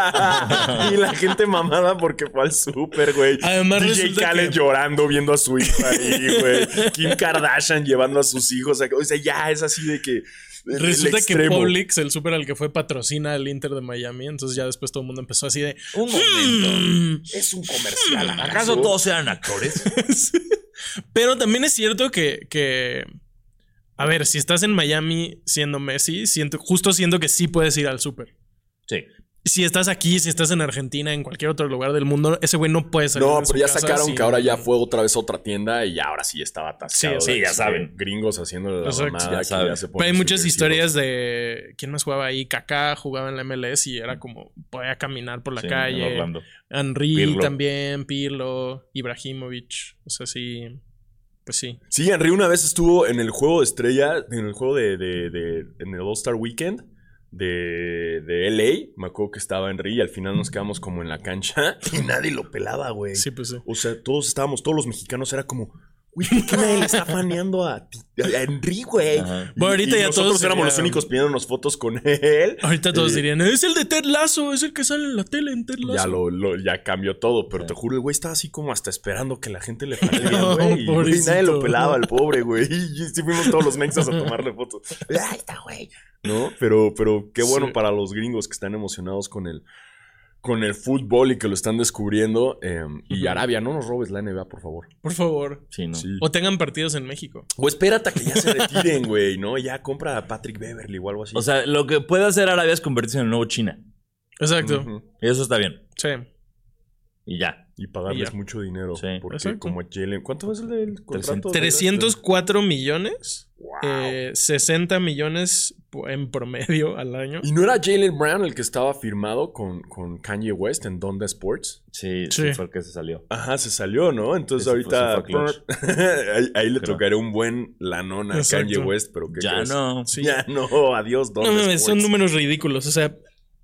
C: y la gente mamada porque fue al súper, güey.
D: Además,
C: DJ
D: resulta
C: Khaled
D: que-
C: llorando viendo a su hija ahí, güey. Kim Kardashian llevando a sus hijos. O sea, ya es así de que. el- el
D: Resulta que
C: extremo.
D: Publix, el súper al que fue, patrocina al Inter de Miami. Entonces ya después todo el mundo empezó así de.
F: Un momento.
D: "Mm".
C: Es un comercial.
F: ¿Acaso todos sean actores?
D: Pero también es cierto que, que- A ver, si estás en Miami siendo Messi, siento, justo siento que sí puedes ir al súper.
F: Sí.
D: Si estás aquí, si estás en Argentina, en cualquier otro lugar del mundo, ese güey no puede salir.
C: No,
D: de su
C: pero ya
D: casa
C: sacaron
D: sin-
C: que ahora ya fue otra vez otra tienda y ahora sí estaba atascado.
F: Sí, sí,
C: de-
F: ya
C: de
F: saben.
C: Gringos haciéndole la
D: Exacto.
C: mamada
F: Ya
C: que
F: saben.
C: se
D: Pero
C: ponen
D: hay muchas
C: subversivos.
D: historias de quién más jugaba ahí. Kaká jugaba en la MLS y era como podía caminar por la
F: Sí, en
D: calle.
F: Orlando.
D: Henry
F: Pirlo.
D: también, Pirlo, Ibrahimovic. O sea, sí. Pues sí.
C: Sí, Henry una vez estuvo en el juego de estrella, en el juego de, de- de- en el All Star Weekend de, de LA. Me acuerdo que estaba Henry y al final nos quedamos como en la cancha y nadie lo pelaba, güey.
D: Sí, pues sí.
C: O sea, todos estábamos, todos los mexicanos era como, güey, ¿por qué nadie le está faneando a, ti- a Henry, güey?
F: Ajá.
D: Bueno,
C: Y-
D: ahorita
C: y
D: ya
C: nosotros
D: todos
C: éramos los
D: serían-
C: únicos pidiéndonos fotos con él.
D: Ahorita todos
C: Eh,
D: dirían, es el de Ted Lazo, es el que sale en la tele en Ted Lazo.
C: Ya, lo, lo- ya cambió todo, pero
F: Sí.
C: te juro, el güey estaba así como hasta esperando que la gente le falle,
D: No,
C: güey. Y, güey,
D: pobrecito.
C: nadie lo pelaba, el pobre, güey. Y sí fuimos todos los mexas a tomarle fotos. ¡Ahí está, güey! ¿No? Pero, pero qué bueno
D: Sí.
C: para los gringos que están emocionados con el, con el fútbol y que lo están descubriendo. eh, y
D: Ujú.
C: Arabia, no nos robes la NBA, por favor.
D: Por favor.
F: Sí, no.
C: Sí.
D: O tengan partidos en México.
C: O espérate a que ya se retiren, güey, ¿no? Ya compra a Patrick Beverly o algo así.
F: O sea, lo que puede hacer Arabia es convertirse en el nuevo China.
D: Exacto.
C: Ujú.
F: Eso está bien.
D: Sí.
F: Y ya.
C: Y pagarles
D: Y ya.
C: mucho dinero.
F: Sí.
C: Porque
D: Exacto.
C: como a Jalen... ¿Cuánto es el del contrato?
D: 304 millones,
C: Wow.
D: eh, 60 millones po- en promedio al año.
C: ¿Y no era Jalen Brown el que estaba firmado con, con Kanye West en Donda Sports?
F: Sí,
D: Sí.
F: sí, fue el que se salió.
C: Ajá, se salió, ¿no? Entonces
F: Ese fue-
C: ahorita
F: ese fue
C: ahí, ahí le
F: Creo.
C: tocaré un buen lanón a
D: Exacto.
C: Kanye West, pero ¿qué
F: Ya
C: crees?
F: no.
D: Sí.
C: Ya no, adiós Donda
D: No mames,
C: Sports.
D: son números ridículos. O sea,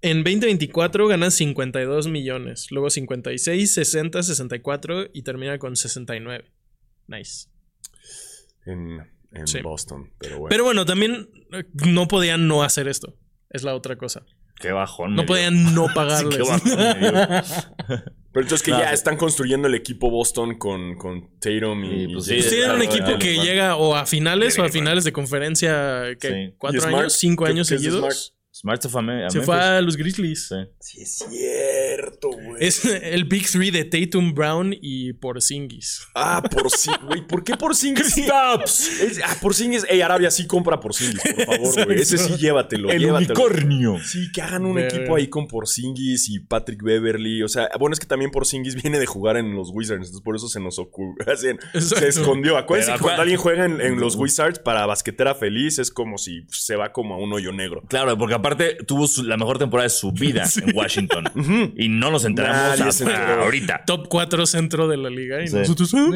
D: en 2024 ganas 52 millones, luego 56, 60, 64 y termina con 69. Nice.
C: En, en
D: Sí.
C: Boston, pero bueno.
D: Pero bueno, también eh, no podían no hacer esto. Es la otra cosa.
F: Qué bajón.
D: No
F: me dio.
D: podían no
F: Sí,
D: pagarles.
F: qué bajón. me dio.
C: Pero entonces que
F: No,
C: ya
F: sí.
C: están construyendo el equipo Boston con, con Tatum y,
F: Y, pues,
C: y Jalen
D: Pues tienen
F: sí, claro,
D: un
C: Brown.
D: equipo
F: claro,
D: que
F: claro.
D: llega o a finales o a
C: Claro.
D: finales de conferencia que
F: Sí.
D: cuatro
C: ¿Y Smart?
D: años, cinco
C: ¿Qué-
D: años
C: qué es de
D: seguidos.
F: Smart se fue a, Me- a
D: Se
F: Memphis.
D: fue a los Grizzlies.
F: Sí.
C: Sí, es cierto, güey.
D: Es el Big Three de Tatum Brown y Porzingis.
C: Ah, por sí, güey. ¿Por qué por Stops. ah, por Ey, Arabia sí compra por por favor, güey. Ese sí llévatelo. llévatelo. Sí, que hagan un
D: Verga.
C: equipo ahí con Porzingis y Patrick Beverly. O sea, bueno, es que también Porzingis viene de jugar en los Wizards, entonces por eso se nos ocurrió. así en-
D: Exacto.
C: se escondió. Acuérdense
F: Pero
C: que cuando
F: acuérdate-
C: alguien juega en, en los Wizards para basquetera feliz es como si se va como a un hoyo negro.
F: Claro, porque aparte tuvo su- la mejor temporada de su vida en Washington.
C: Ujú.
F: Y no nos enteramos
C: Nadie se
F: hasta
C: enteró.
F: ahorita.
D: Top 4 centro de la liga. Y
F: Sí.
D: nosotros. "Ah,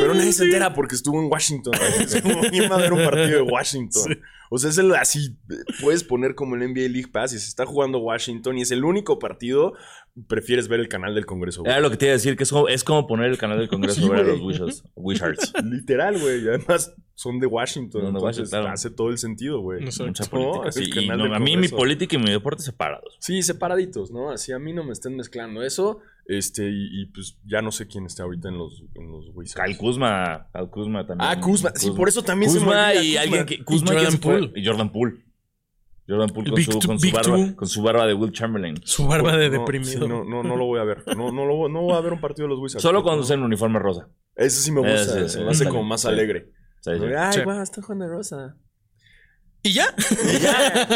C: Pero nadie se entera porque estuvo en Washington. Es como, ¿Quién va a ver un partido de Washington? O sea, es el así. Puedes poner como el NBA League Pass y se está jugando Washington y es el único partido. Prefieres ver el canal del Congreso. güey.
F: Era lo que te iba a decir, que es como, es como poner el canal del Congreso
C: Sí,
F: sobre
C: güey.
F: los Wizards. Wizards.
C: Literal, güey. Y además son de Washington.
F: Son de
C: entonces
F: Washington, claro.
C: hace todo el sentido, güey.
D: Exacto.
F: Mucha
C: No,
F: política.
C: es
F: sí.
C: el
F: Y
C: canal
F: no,
C: del
F: a mí mi
C: Congreso.
F: política y mi deporte separados.
C: Sí, separaditos, ¿no? Así a mí no me estén mezclando eso. Este, y, y, pues ya no sé quién está ahorita en los, en los Wizards.
F: Al Kuzma. Al Kuzma también.
C: Ah, Kuzma. Sí, por eso también se me
F: Kuzma
C: olvida
F: y
C: Kuzma.
F: alguien que. Kuzma
D: Jordan
F: ¿quién se fue?
D: Poole.
F: Y Jordan Poole. Jordan Poole con
D: Big
F: su,
D: two-
F: con, su
D: big two.
F: barba, con su barba de Will Chamberlain.
D: Su barba de
C: No,
D: deprimido.
C: sí, no, no, no lo voy a ver. No, no, lo, voy- no voy a ver un partido de los Wizards.
F: Solo
C: Porque
F: cuando
C: no-
F: usa el uniforme rosa.
C: Eso sí me
F: Ese,
C: gusta.
F: ese,
C: se me hace
F: ese.
C: como más
F: Sí.
C: alegre.
F: Sí, sí.
D: Sí.
C: Ay, guau, está jugando rosa.
D: Y ya.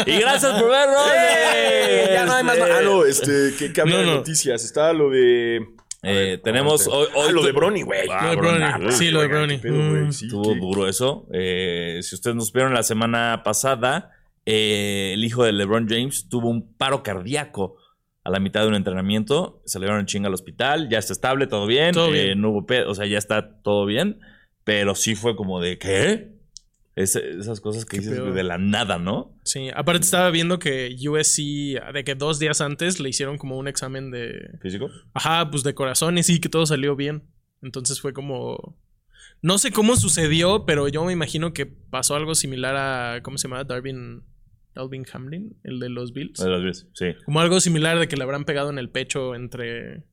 F: Y gracias por vernos.
C: ¡Eh! Ya no hay más. ma- Ah, no, ah, este, que, que había
D: No,
C: de
D: no.
C: noticias. Estaba lo de.
F: Eh, tenemos hoy, hoy
C: Ah, lo
F: tu-
C: de Brony, güey.
D: Lo de Brony. Sí, lo de Brony. Mm.
F: Estuvo duro eso. Eh, si ustedes nos vieron la semana pasada, eh, el hijo de LeBron James tuvo un paro cardíaco a la mitad de un entrenamiento. Se le dieron chinga al hospital. Ya está estable, todo bien.
D: Todo
F: eh,
D: bien.
F: no hubo pedo, o sea, ya está todo bien. Pero sí fue como de, ¿qué? Ese- esas cosas que
D: Qué
F: dices
D: pedo.
F: de la nada, ¿no?
D: Sí, aparte estaba viendo que USC, de que dos días antes le hicieron como un examen de,
F: Físico.
D: ajá, pues de corazones y que todo salió bien. Entonces fue como, no sé cómo sucedió, pero yo me imagino que pasó algo similar a, ¿cómo se llama? Darwin, Dalvin Hamlin, el de los Bills.
F: De las veces, Sí.
D: Como algo similar de que le habrán pegado en el pecho entre,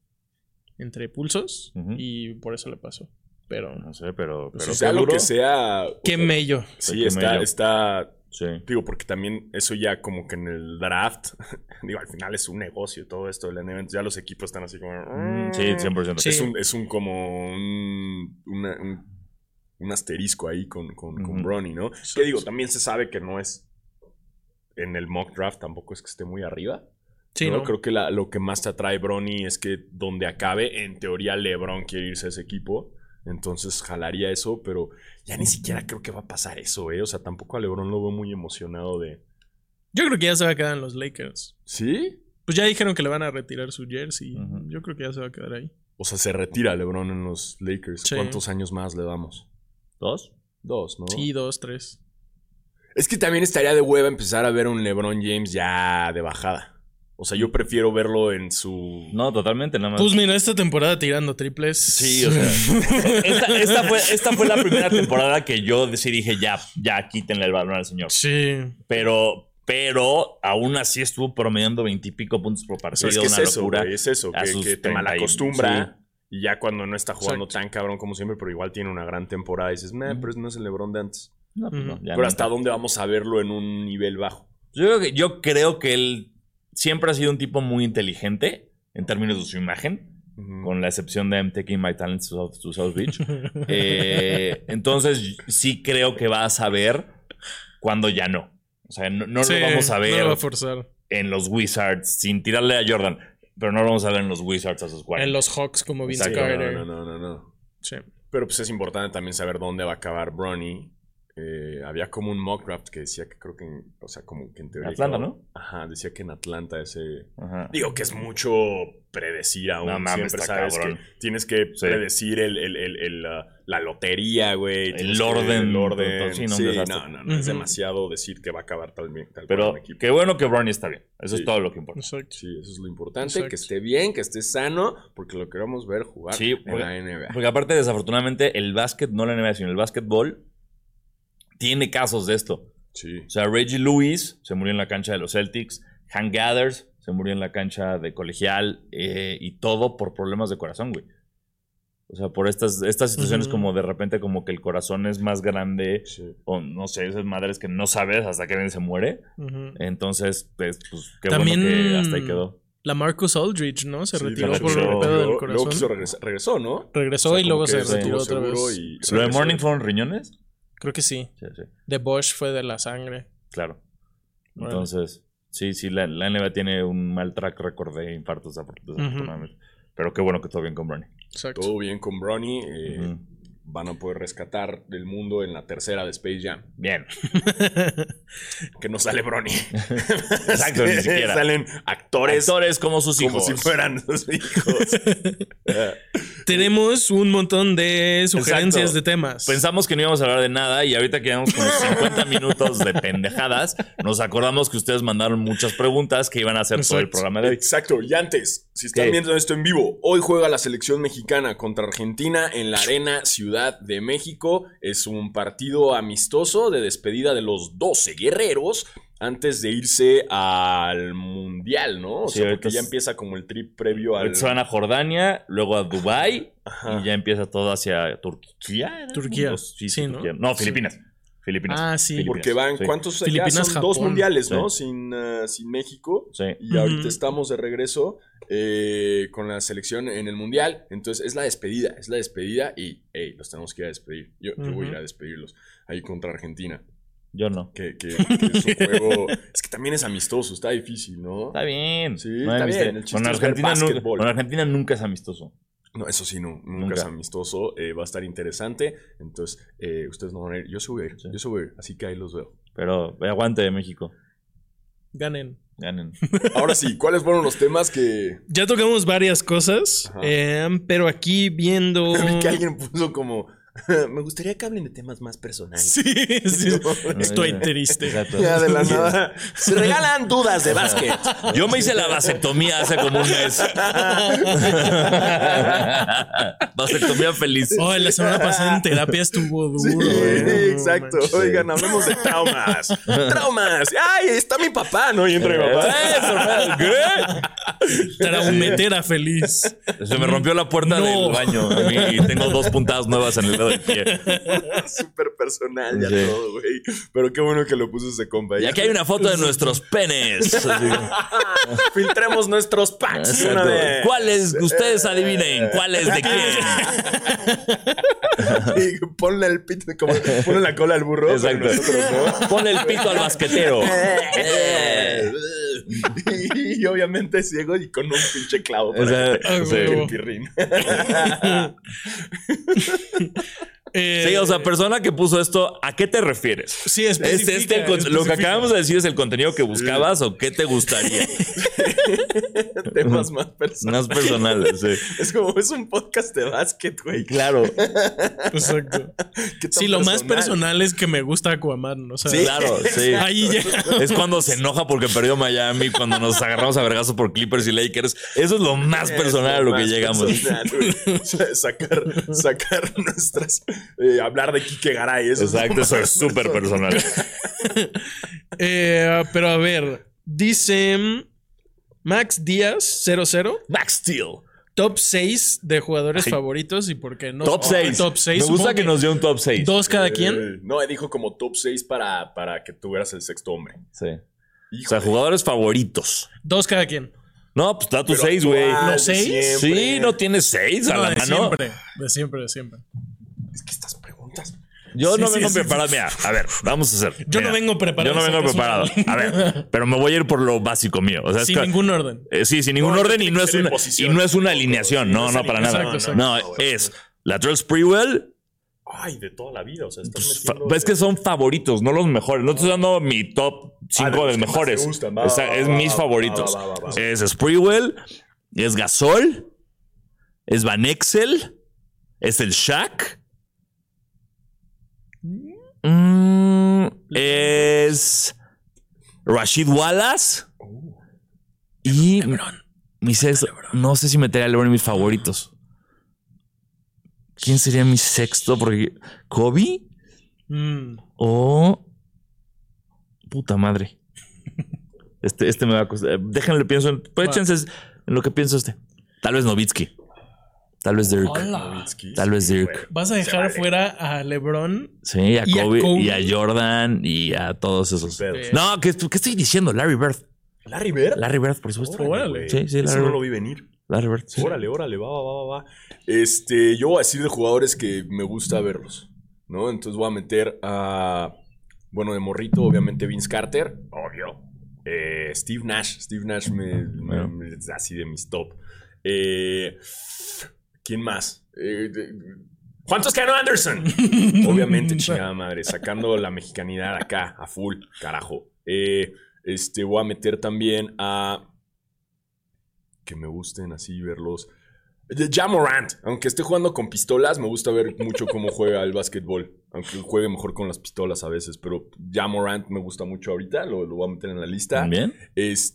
D: entre pulsos
F: Ujú. Ah,
D: y por eso le pasó. Pero,
F: No sé, pero. pero
C: sea
F: qué
C: lo
F: duro.
C: que sea. pues,
D: qué mello.
C: Sí,
F: Qué
C: está,
F: mello.
C: está.
F: Sí.
C: Digo, porque también eso ya como que en el draft, digo, al final es un negocio todo esto del NBA, entonces ya los equipos están así como...
F: Mm, Sí, 100%.
D: Sí.
C: Es un, es un como un, una- un, un asterisco ahí con, con, con
F: Ujú.
C: Bronny, ¿no? Que digo, también se sabe que no es en el mock draft, tampoco es que esté muy arriba.
D: Sí,
C: ¿no?
D: ¿no?
C: Creo que la- lo que más te atrae Bronny es que donde acabe, en teoría LeBron quiere irse a ese equipo. Entonces jalaría eso, pero ya ni siquiera creo que va a pasar eso, ¿eh? O sea, tampoco a LeBron lo veo muy emocionado de.
D: Yo creo que ya se va a quedar en los Lakers.
C: ¿Sí?
D: Pues ya dijeron que le van a retirar su jersey.
F: Ujú.
D: Yo creo que ya se va a quedar ahí.
C: O sea, se retira LeBron en los Lakers.
D: Sí.
C: ¿Cuántos años más le damos?
F: ¿Dos?
C: Dos,
F: Oh.
C: ¿no?
D: Sí, dos, tres.
C: Es que también estaría de hueva empezar a ver un LeBron James ya de bajada. O sea, yo prefiero verlo en su.
F: No, totalmente, nada más.
D: Pues mira, esta temporada tirando triples.
F: Ah. Sí, o sea. Esta, esta fue, esta fue la primera temporada que yo sí dije, ya, ya quítenle el balón al señor.
D: Sí.
F: Pero, pero aún así estuvo promediando veintipico puntos por
C: O sea,
F: partido.
C: es que es
F: una
C: eso,
F: locura.
C: güey, es eso,
F: A
C: que,
F: sus
C: que te
F: 30 y-
C: malacostumbra. Y ya cuando no está jugando
D: Exacto.
C: tan cabrón como siempre, pero igual tiene una gran temporada, dices, meh, pero no es el LeBron de antes.
F: No, pues no,
D: Ujú.
F: ya
C: pero
F: no.
C: ¿hasta dónde vamos a verlo en un nivel bajo?
F: Yo creo, que, yo creo que él siempre ha sido un tipo muy inteligente en términos de su imagen, con la excepción de I'm taking my talents to South, to South Beach. Eh, entonces, sí creo que va a saber cuando ya no. O sea, no, no
D: Sí,
F: lo vamos a ver.
D: No lo va a forzar.
F: en los Wizards, sin tirarle a Jordan. Pero no lo vamos a ver en los Wizards a sus 40.
D: En los Hawks como Vince
F: Exacto,
D: Carter.
C: No, no, no, no, no.
D: Sí.
C: Pero pues es importante también saber dónde va a acabar Bronny. Eh, había como un mock draft que decía que creo que, en- o sea, como que en teoría.
F: Atlanta,
C: creo-
F: ¿no?
C: Ajá, decía que en Atlanta ese.
F: Ajá.
C: Digo que es mucho predecir aún.
F: No mames,
C: Siempre
F: está
C: sabes
F: cabrón.
C: que tienes que
F: Sí.
C: predecir el, el- el- el, la, la lotería, güey.
F: El
C: tienes que-
F: orden,
C: El orden.
F: todo, sí, no, un
C: Sí,
F: desastre.
C: no, no, no, Es
D: Ujú.
C: demasiado decir que va a acabar tal bien. Tal cual
F: Pero
C: un equipo.
F: qué bueno que Bronny está bien. Eso
C: Sí.
F: es todo lo que importa.
D: Exacto.
C: Sí, eso es lo importante.
D: Exacto.
C: Que esté bien, que esté sano, porque lo queremos ver jugar
F: Sí,
C: en
F: porque-
C: la NBA.
F: Porque aparte, desafortunadamente, el básquet, no la NBA, sino el básquetbol, tiene casos de esto.
C: sí.
F: O sea, Reggie Lewis se murió en la cancha de los Celtics. Han Gathers se murió en la cancha de colegial. eh, y todo por problemas de corazón, güey. O sea, por estas, estas situaciones
D: Ujú.
F: como de repente como que el corazón es más grande.
C: sí.
F: O no sé, esas madres que no sabes hasta que alguien se muere.
D: Ujú.
F: Entonces, pues, pues, qué
D: También-
F: bueno que hasta ahí quedó.
D: La Marcus Aldridge, ¿no? Se
C: Sí,
D: retiró
C: la
D: por
C: retiró.
D: el pedo del
C: Luego- Luego
D: corazón.
C: quiso regresar- regresó, ¿no?
D: Regresó
C: O sea,
D: y luego
C: como
D: se
C: que
D: retiró otra
C: estuvo seguro
D: vez.
C: y
F: ¿Lo de
C: regresó.
F: Morning fueron riñones?
D: Creo que sí.
F: Sí, sí,
D: De Bosch fue de la sangre.
F: claro.
D: Órale.
F: Entonces, sí, sí, la, la NBA tiene un mal track record de infartos, desafo- desafortunadamente. Pero qué bueno que todo bien con Bronny.
D: Exacto.
C: Todo bien con Bronny. eh,
F: Ujú.
C: Van a poder rescatar del mundo en la tercera de Space Jam.
F: Bien.
C: Que no sale Bronny.
F: Exacto, ni siquiera.
C: Salen actores,
F: Actores como sus
C: como
F: hijos.
C: si fueran sus hijos.
D: Tenemos un montón de sugerencias
F: Exacto.
D: de temas.
F: Pensamos que no íbamos a hablar de nada y ahorita que llevamos como 50 minutos de pendejadas, nos acordamos que ustedes mandaron muchas preguntas que iban a hacer todo el
D: Exacto.
F: programa de hoy.
C: Exacto, y antes, si están
F: ¿Qué?
C: viendo esto en vivo, hoy juega la selección mexicana contra Argentina en la Arena Ciudad de México. Es un partido amistoso de despedida de los 12 guerreros antes de irse al Mundial, ¿no? O
F: Sí,
C: sea,
F: ahorita
C: porque ya
F: es-
C: empieza como el trip previo al.
F: Ahorita se van a Jordania, luego a Dubai
C: Ajá.
F: y ya empieza todo hacia Turquía. ¿era?
D: Turquía.
F: Los- Sí,
D: Sí, ¿no?
F: Turquía. ¿no? Filipinas. Filipinas.
D: Ah, sí.
F: Filipinas.
C: Porque van,
F: Sí.
C: ¿cuántos? Ya
D: Filipinas,
C: son dos
D: Japón.
C: mundiales,
F: Sí.
C: ¿no? Sin, eh, sin México.
F: Sí.
C: Y ahorita
D: Ujú.
C: estamos de regreso eh, con la selección en el Mundial. Entonces es la despedida, es la despedida y ey, los tenemos que ir a despedir. Yo, yo voy a ir
D: Ujú.
C: a despedirlos ahí contra Argentina.
F: Yo no.
C: Que, que- que es un juego. Es que también es amistoso, está difícil, ¿no?
F: Está bien.
C: Sí,
F: No hay
C: está
F: misterio.
C: bien, el chiste
F: Con
C: es ver
F: Argentina, nunca,
C: básquetbol.
F: con Argentina nunca es amistoso.
C: No, eso sí, no, nunca,
F: Nunca.
C: es amistoso. eh, va a estar interesante. Entonces, eh, ustedes no van a ir. Yo sí voy a ir.
F: Sí.
C: Yo sí voy a ir. Así que ahí los veo.
F: Pero aguante México.
D: Ganen.
F: Ganen.
C: Ahora sí, ¿cuáles fueron los temas que.
D: Ya tocamos varias cosas,
C: Ajá.
D: eh, pero aquí
C: vi
D: viendo...
C: que alguien puso como.
G: Me gustaría que hablen de temas más personales.
D: Sí, sí. Estoy triste.
F: Exacto.
C: Ya de la nada.
G: Se regalan dudas de básquet.
F: Yo me hice la vasectomía hace como un mes. vasectomía feliz.
D: Oh, la semana pasada en terapia estuvo duro. eh.
C: Sí,
D: güey.
C: exacto.
F: manches.
C: Oigan, hablemos de traumas. Traumas. Ay, está mi papá. No, y entra mi papá.
F: Eso, ¿qué?
D: Traumetera feliz.
F: Se me rompió la puerta
D: No.
F: del baño a mí, y tengo dos puntadas nuevas en el dedo del pie.
C: Súper personal ya
F: ¿Eh? Sí.
C: todo, güey. Pero qué bueno que lo puso ese compa.
F: Y
C: Ya
F: aquí hay una foto de nuestros penes. Así.
C: filtremos nuestros packs. de Una
F: Exacto.
C: vez.
F: ¿Cuáles? Ustedes adivinen. ¿Cuáles de quién?
C: Y ponle el pito, como ponle la cola al burro.
F: Exacto.
C: pero nosotros no.
F: Pon el pito al basquetero. Eh.
C: y, y obviamente ciego y con un pinche clavo.
F: O
C: Para
F: sea,
D: Ay,
F: sí.
D: huevo.
C: el pirrín.
D: Eh,
F: Sí, o sea, persona que puso esto, ¿a qué te refieres?
D: sí,
F: ¿Es
D: especifica,
F: este el con- lo que
D: especifica.
F: acabamos de decir es el contenido que buscabas o qué te gustaría?
C: Temas más personales.
F: Más personales, sí.
C: Es como, es un podcast de básquet, güey.
F: Claro.
D: Exacto.
C: ¿Qué tan
D: Sí, lo más
C: personal?
D: personal es que me gusta Aquaman, o sea,
F: Claro, sí.
D: ahí ya.
F: Es cuando se enoja porque perdió Miami, cuando nos agarramos a vergazos por Clippers y Lakers. Eso es lo más personal a lo que
C: Más
F: llegamos.
C: personal, güey. O sea, sacar, sacar nuestras. eh, hablar de Kike Garay. Eso es
F: Exacto, eso es súper personal.
D: Eh, pero a ver, dice mm, Max Díaz 00,
F: Max Steel.
D: top 6 de jugadores
F: Ay.
D: favoritos y por qué no.
F: Top 6.
D: Top 6.
F: Me gusta que nos dio un top 6.
D: dos cada
C: Eh,
D: quien.
C: No, dijo como top 6 para, para que tú eras el sexto hombre.
F: Sí. O sea, jugadores favoritos.
D: Dos cada quien.
F: No, pues da tus
C: Pero
F: 6, güey.
C: actual,
D: ¿Los seis?
C: de
F: Sí,
C: siempre.
F: no tienes 6 a
D: No,
F: la
D: de
F: mano.
D: siempre, de siempre, de siempre.
C: Es que estas preguntas.
F: Yo
D: Sí,
F: no
D: sí,
F: vengo
D: sí,
F: preparado. Mira, a ver, vamos a hacer.
D: Yo
F: Mira,
D: no vengo preparado.
F: Yo no vengo
D: sacas
F: preparado.
D: una-
F: A ver, pero me voy a ir por lo básico mío. O sea, es
D: Sin
F: que-
D: ningún orden.
F: eh, sí, sin ningún
C: No,
F: orden y
C: tiene
F: no,
C: que
F: es
C: ser en
F: una, y
C: posición.
F: no es una alineación. No, no, para nada.
D: Exacto, exacto.
F: No, es Latrell Sprewell.
C: Ay, de toda la vida. O sea, estás
F: pues, fa-
C: metiendo
F: es que son favoritos, no los mejores. No te estoy dando mi top 5
C: los
F: de,
C: Ah, que más
F: mejores.
C: te gustan. Va,
F: O sea,
C: va,
F: es
C: va,
F: mis
C: va,
F: favoritos.
C: va, va, va, va.
F: Es Sprewell, es Gasol, es Van Exel, es el Shaq. Mm, es Rashid Wallace.
C: Oh.
F: Y mi sexto. No sé si metería a LeBron en mis favoritos. ¿Quién sería mi sexto? Porque Kobe
D: Mm.
F: o puta madre. Este, este me va a costar. Déjenle pienso. En, pues,
D: Va.
F: échense en lo que pienso este. Tal vez Novitsky. Tal vez Dirk.
D: Hola.
F: Tal vez Dirk.
D: Vas a dejar fuera a LeBron.
F: Sí, a
D: Y a
F: Kobe,
D: Kobe.
F: y a Jordan y a todos esos.
C: Pero-
D: Eh,
F: No, ¿qué, est- qué estoy diciendo? Larry Bird.
C: Larry Bird.
F: Larry Bird, por supuesto.
D: Pues, Órale.
C: güey.
F: Sí, sí,
C: Eso
F: Larry
C: no
F: Bird.
C: lo vi venir.
F: Larry Bird. sí.
C: Órale, órale, va, va, va, va, va. Este, yo voy a decir de jugadores que me gusta verlos, ¿no? Entonces voy a meter a, bueno, de morrito, obviamente Vince Carter, obvio. Eh, Steve Nash, Steve Nash me, me-
F: Bueno.
C: me- es así de mis top. Eh, ¿Quién más? Eh, de- Juan Toscano Anderson. Obviamente, chingada madre, sacando la mexicanidad acá, a full, carajo. Eh, este, voy a meter también a. Que me gusten así verlos. De Ja Morant. Aunque esté jugando con pistolas, me gusta ver mucho cómo juega el básquetbol. Aunque juegue mejor con las pistolas a veces, pero Ja Morant me gusta mucho ahorita. Lo, lo voy a meter en la lista.
F: También.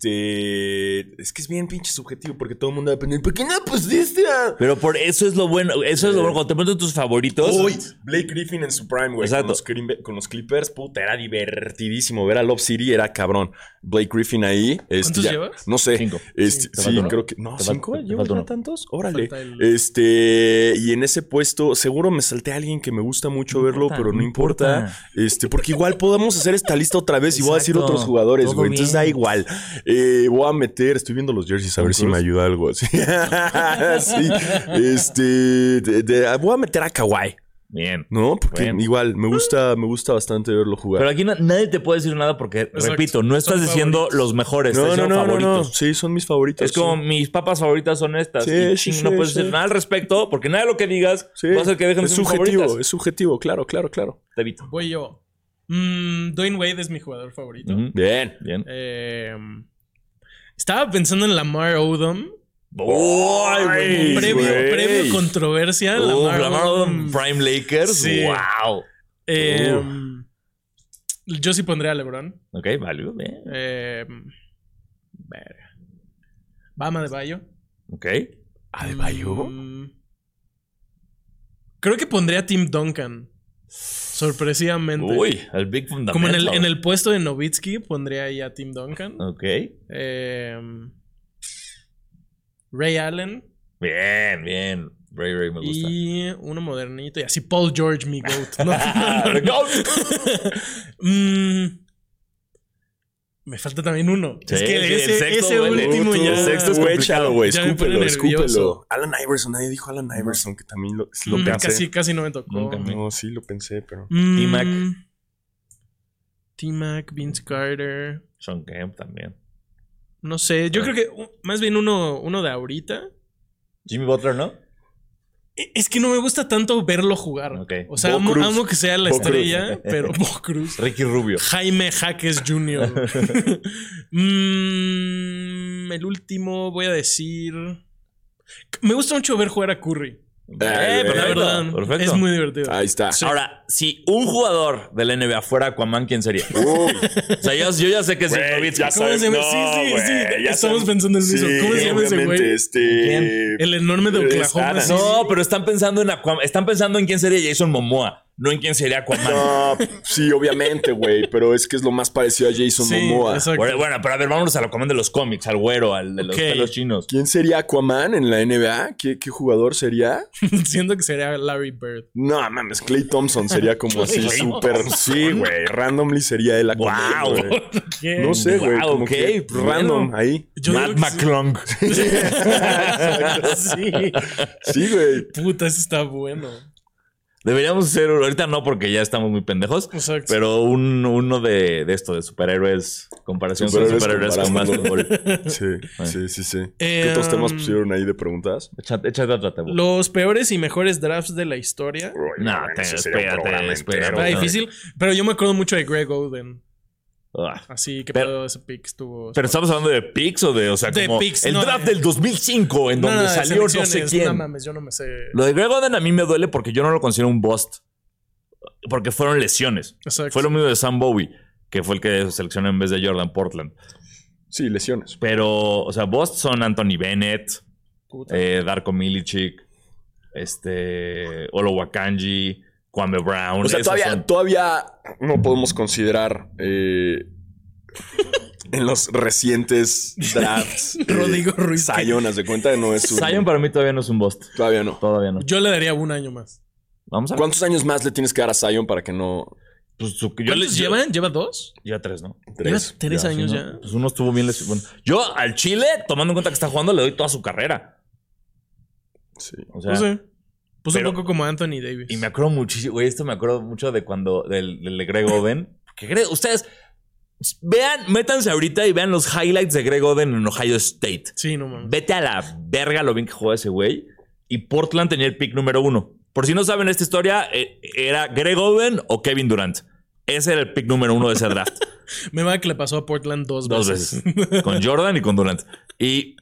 C: Este. Es que es bien pinche subjetivo porque todo el mundo va a poner. ¿Por qué no Pues este, pusiste a.?
F: Pero por eso es lo bueno. Eso es lo bueno. Cuando te pones tus favoritos.
C: Uy, Blake Griffin en su prime, güey.
F: Exacto.
C: Con los, Crim- con los Clippers, puta, era divertidísimo. Ver a Love City era cabrón. Blake Griffin ahí. este,
D: ¿Cuántos
C: ya-
D: llevas?
C: No sé.
F: Cinco.
C: Este,
F: Te
C: sí,
F: falta uno.
C: creo que. No,
F: Te fal-
C: cinco.
F: te
C: ¿Llevo
F: falta
C: ya
F: uno.
C: tantos? Órale.
D: Falta
F: eh.
D: el-
C: Este. Y en ese puesto, seguro me salté a alguien que me gusta mucho verlo,
F: importa,
C: pero no
F: no
C: importa. Este, porque igual podemos hacer esta lista otra vez y voy a decir
F: Exacto.
C: otros jugadores,
F: Todo
C: güey. Entonces da
F: bien.
C: igual. Eh, voy a meter, estoy viendo los jerseys a ver si me ayuda algo así. Sí. Este. de- de- voy a meter a Kawhi.
F: Bien.
C: No, porque
F: Bueno.
C: igual me gusta, me gusta bastante verlo jugar.
F: Pero aquí na- nadie te puede decir nada porque, repito, no
D: Son
F: estás diciendo
D: favoritos.
F: los mejores, no,
C: no,
F: estás
C: no,
F: diciendo
C: no, no,
F: favoritos.
C: no. Sí, son mis Este, favoritos.
F: Es como
C: sí.
F: mis papas favoritas son estas.
C: Sí,
F: y
C: sí,
F: ching, no
C: sí,
F: puedes
C: sí.
F: decir nada al respecto porque nada de lo que digas
C: Sí.
F: va a ser que dejen de
C: Es
F: ser mis
C: subjetivo,
F: favoritas.
C: es subjetivo, claro, claro, claro.
F: Te evito.
D: Voy yo. Mm, Dwayne Wade es mi jugador favorito.
F: Ujú.
C: Bien.
F: Bien.
D: Eh, estaba pensando en Lamar Odom.
F: ¡Ay,
D: previo,
C: güey.
D: previo controversia.
F: Uf,
D: Lamar
F: Lamar Odom,
D: Odom.
F: Prime Lakers.
D: Sí.
F: ¡Wow!
D: Eh, Yo sí pondría a LeBron.
F: Ok, válido. bien.
D: Eh, verga. Bama de Bayo.
F: Ok.
D: Mm, creo que pondría a Tim Duncan. Sorpresivamente.
F: Uy, el Big Fundamental.
D: Como en el, en el puesto de Novitsky, pondría ahí a Tim Duncan.
F: Ok.
D: Eh, Ray Allen.
F: Bien, bien. Ray, Ray, me gusta.
D: Y uno modernito. Y así Paul George, mi GOAT. No,
F: Ah,
D: no, no, no.
F: no.
D: Mm, me falta también uno.
F: Sí,
D: es que
F: sí, el
D: ese,
F: sexto
D: ese
F: duele.
D: último
C: Tú,
D: ya.
C: El sexto es complicado, güey.
D: Ya me pone
C: Escúpelo,
D: nervioso.
C: escúpelo. Alan Iverson, nadie dijo Alan Iverson, que también lo, lo
D: Mm,
C: pensé.
D: casi, casi no me tocó.
F: Nunca me-
C: No, sí, lo pensé, pero.
D: Mm,
F: T-Mac.
D: T-Mac, Vince Carter.
F: Sean Kemp también.
D: No sé,
C: Ah.
D: yo creo que uh, más bien uno, uno de ahorita.
F: Jimmy Butler, ¿no?
D: E- Es que no me gusta tanto verlo jugar.
F: Ok.
D: O sea,
C: Bo
D: amo,
C: Cruz.
D: amo que sea la
C: Bo
D: estrella, pero Bo Cruz.
F: Ricky Rubio.
D: Jaime Jaques Jr. Mm, el último voy a decir. Me gusta mucho ver jugar a Curry.
C: Eh,
D: La
F: perfecto,
D: verdad,
F: perfecto.
D: es muy divertido.
C: Ahí está.
D: Sí.
F: Ahora, si un jugador de la NBA fuera Aquaman, ¿quién sería?
C: Uy,
F: O sea, yo, yo ya sé que es
C: güey,
F: Nowitzki.
C: ya
D: ¿Cómo
C: sabes-
D: se llama?
C: no,
D: Sí, sí,
C: güey,
D: sí,
C: ya
D: estamos
C: sabes-
D: pensando en eso.
C: sí,
D: ¿Cómo se llama ese güey?
C: obviamente, Este...
F: ¿Quién?
D: El enorme de
C: Es
D: Oklahoma.
C: Adams.
D: sí,
F: No, pero están pensando en Aquaman. Están pensando en quién sería Jason Momoa, no en quién sería Aquaman.
C: No, sí, obviamente, güey. Pero es que es lo más parecido a Jason
D: sí,
C: Momoa.
D: exacto.
F: Bueno, bueno, pero a ver, vámonos al Aquaman de los cómics, al güero, al de los
D: Ok.
F: pelos chinos.
C: ¿Quién sería Aquaman en la NBA? ¿Qué, qué jugador sería?
D: Siento que sería Larry Bird.
C: No, mames, Clay Thompson sería como así
F: Clay
C: súper. Sí, güey. Randomly sería él Aquaman.
F: Wow.
C: güey.
D: ¿Qué?
C: No sé, güey.
F: Wow,
C: como
F: ok,
C: que
F: bueno.
C: Random ahí.
D: Yo
F: Matt
D: digo que sí.
F: McClung.
D: sí.
C: Sí, güey.
D: Puta, eso está bueno.
F: Deberíamos hacer, ahorita no porque ya estamos muy pendejos,
D: Exacto.
F: pero un, uno de, de esto, de superhéroes, comparación con
C: Superhéroes
F: superhéroes con más
C: comparando.
F: favorito.
C: Sí,
F: Ay.
C: sí, sí, sí. ¿Qué
D: Eh,
C: otros temas
F: Em,
D: um,
C: pusieron ahí de preguntas?
F: Échate échate otra, Tebo.
D: Los peores y mejores drafts de la historia.
C: Uy,
F: No,
C: mames,
F: te-
C: ese sería un
F: espérate,
C: programa
F: espérate.
C: entero,
D: Está
F: Ay,
C: güey.
D: difícil, pero yo me acuerdo mucho de Greg Oden.
F: Ah.
D: Así que
F: Pero-
D: pedo ese pick estuvo.
F: Pero estamos hablando de picks o de, o sea,
D: De
F: como
D: picks,
F: el
D: no,
F: draft
D: eh.
F: del 2005 en donde
D: Nada de
F: salió no sé
D: selecciones, No
F: quién.
D: mames, yo no me sé.
F: lo de Greg Oden a mí me duele porque yo no lo considero un bust. Porque fueron lesiones.
D: Exacto.
F: Fue lo mismo de Sam Bowie, que fue el que seleccionó en vez de Jordan Portland.
C: Sí, lesiones.
F: Pero, o sea, bust son Anthony Bennett,
D: Puta.
F: eh, Darko Milicic, este, Olowakanji, Kwame Brown.
C: O sea,
F: esos
C: todavía,
F: son-
C: todavía no podemos considerar eh, en los recientes drafts. eh,
D: Rodrigo Ruiz, que-
C: Zion, haz de cuenta, no es un.
F: Zion para mí todavía no es un bust.
C: Todavía no.
F: Todavía no.
D: Yo le daría un año más.
F: Vamos a ver.
C: ¿Cuántos años más le tienes que dar a Zion para que no.
F: Pues, su- yo le-
D: ¿Cuántos
F: yo-
D: llevan? ¿Lleva dos?
F: Lleva tres, ¿no?
C: Tres.
D: Lleva tres
F: Ya,
D: años
F: sí, ¿no?
D: ya.
F: Pues uno estuvo bien lesionado. Bueno, yo al Chile, tomando en cuenta que está jugando, le doy toda su carrera.
C: Sí.
F: O sea,
D: No sé. Pues
F: pero-
D: un poco como Anthony Davis.
F: y me acuerdo muchísimo, güey, esto me acuerdo mucho de cuando, del, del de Greg Oden. Que Greg- ustedes vean, métanse ahorita y vean los highlights de Greg Oden en Ohio State.
D: Sí, no mames.
F: Vete a la verga lo bien que juega ese güey. Y Portland tenía el pick número uno. Por si no saben esta historia, eh, era Greg Oden o Kevin Durant. Ese era el pick número uno de ese draft.
D: Me va que le pasó a Portland dos,
F: Dos
D: veces.
F: veces. con Jordan y con Durant. Y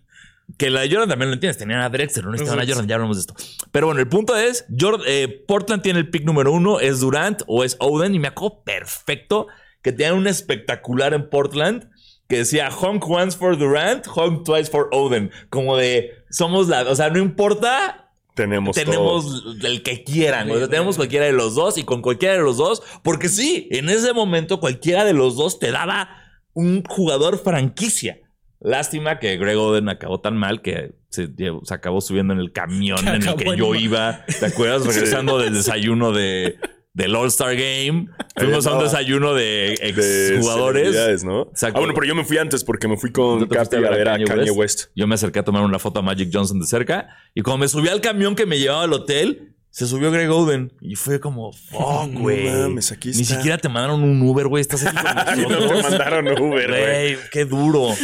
F: que la de Jordan también lo entiendes. Tenían a Drexler, no estaban a
D: Exacto.
F: Jordan. Ya hablamos de esto. Pero bueno, el punto es: Jord- eh, Portland tiene el pick número uno. Es Durant o es Oden. Y me acuerdo perfecto que tenían un espectacular en Portland que decía honk once for Durant, honk twice for Oden. Como de somos la. O sea, no importa.
C: Tenemos.
D: Pues
F: Tenemos
C: todo.
F: el que quieran, o sea, tenemos cualquiera de los dos y con cualquiera de los dos, porque sí, en ese momento cualquiera de los dos te daba un jugador franquicia. Lástima que Greg Oden acabó tan mal que se, llevó- se acabó subiendo en el camión
D: Que
F: en el
D: acabó
F: que
D: en
F: yo
D: ma-
F: iba. ¿Te acuerdas? Regresando del desayuno de, del All-Star Game. Fuimos a un
C: andaba.
F: desayuno de
C: de
F: exjugadores.
C: celebridades, ¿no?
F: Exacto.
C: Ah, bueno, pero yo me fui antes porque me fui
F: ¿Tú
C: con
F: te fuiste
C: Capi a ver a Kanye West.
F: Yo me acerqué a tomar una foto a Magic Johnson de cerca. Y cuando me subí al camión que me llevaba al hotel, Se subió Greg Oden y fue como, fuck, Oh, güey.
G: No mames, aquí
F: Ni
G: está.
F: siquiera te mandaron un Uber, güey. Estás aquí
C: Y
F: con
C: Ah, no te
F: nosotros.
C: mandaron Uber, güey.
F: Güey, qué duro. Sí.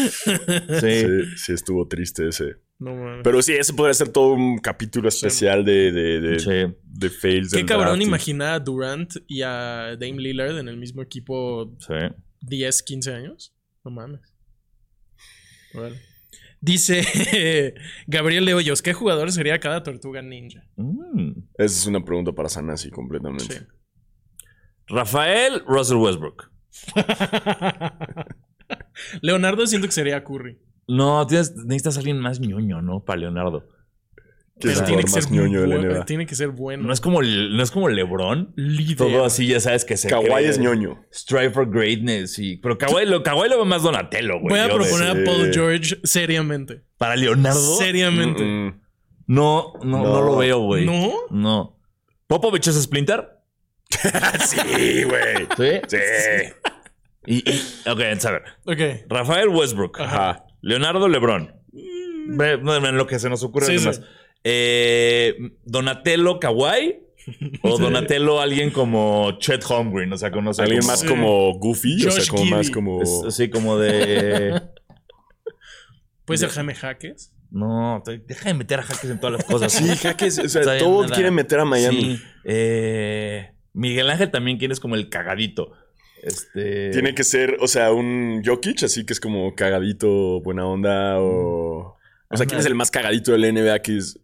D: Eh,
C: Sí, sí estuvo triste ese.
D: No mames.
C: Pero sí, ese podría ser todo un capítulo especial de, de, de,
F: Sí.
C: de fails.
D: Qué
C: del
D: cabrón
C: draft y-
D: imaginar a Durant y a Dame Lillard en el mismo equipo
F: sí.
D: 10, 15 años. No mames. Órale. Dice Gabriel de Hoyos, ¿qué jugador sería cada tortuga ninja?
F: Mm.
C: Esa es una pregunta para Sanasi completamente.
D: Sí.
F: Rafael Russell Westbrook.
D: Leonardo siento que sería Curry.
F: No, tienes, necesitas a alguien más ñoño, ¿no? Para Leonardo.
C: ¿Qué es
D: Pero
C: el
D: tiene
C: jugador
D: que,
C: más
D: ser
C: ñoño de la
D: bu-
C: NBA?
D: tiene que ser bueno.
F: No es como, el- no es como LeBron. Todo
D: líder.
F: así, ya sabes que se
C: Kawhi
F: cree.
C: es ñoño.
F: Strive for greatness. Y, pero Kawhi lo, Kawhi lo ve más Donatello, güey.
D: Voy a
F: yo de-
D: proponer a
C: sí.
D: Paul George seriamente.
F: Para Leonardo.
D: Seriamente.
C: Mm-mm.
F: No, no, no,
C: No.
F: lo veo, güey.
D: ¿No?
F: No. ¿Popovich es Splinter?
C: Sí, güey.
F: Sí.
C: Sí.
F: Y, y- ok, entonces a ver.
D: Ok.
F: Rafael Westbrook.
C: Ajá.
F: Leonardo Lebron. Ve- no, en lo que se nos ocurre
D: Mm. Sí,
F: nomás.
D: sí.
F: Eh, Donatello Kawhi. O Donatello alguien como Chet Holmgren. O sea, conoce
C: Alguien más como Goofy, o sea,
D: Josh
C: como más
D: Giddey.
C: como.
F: Así como de.
D: Puede ser Jaime Jaques.
F: No, te- deja de meter a Jaques en todas las cosas.
C: Sí, jaques. O sea,
F: Está bien,
C: todos
F: nada.
C: quieren meter a Miami.
F: Sí. Eh, Miguel Ángel también quieres como el cagadito. Este.
C: Tiene que ser, o sea, un Jokic, así que es como cagadito, buena onda, o. O sea, ¿quién es el más cagadito del NBA que es.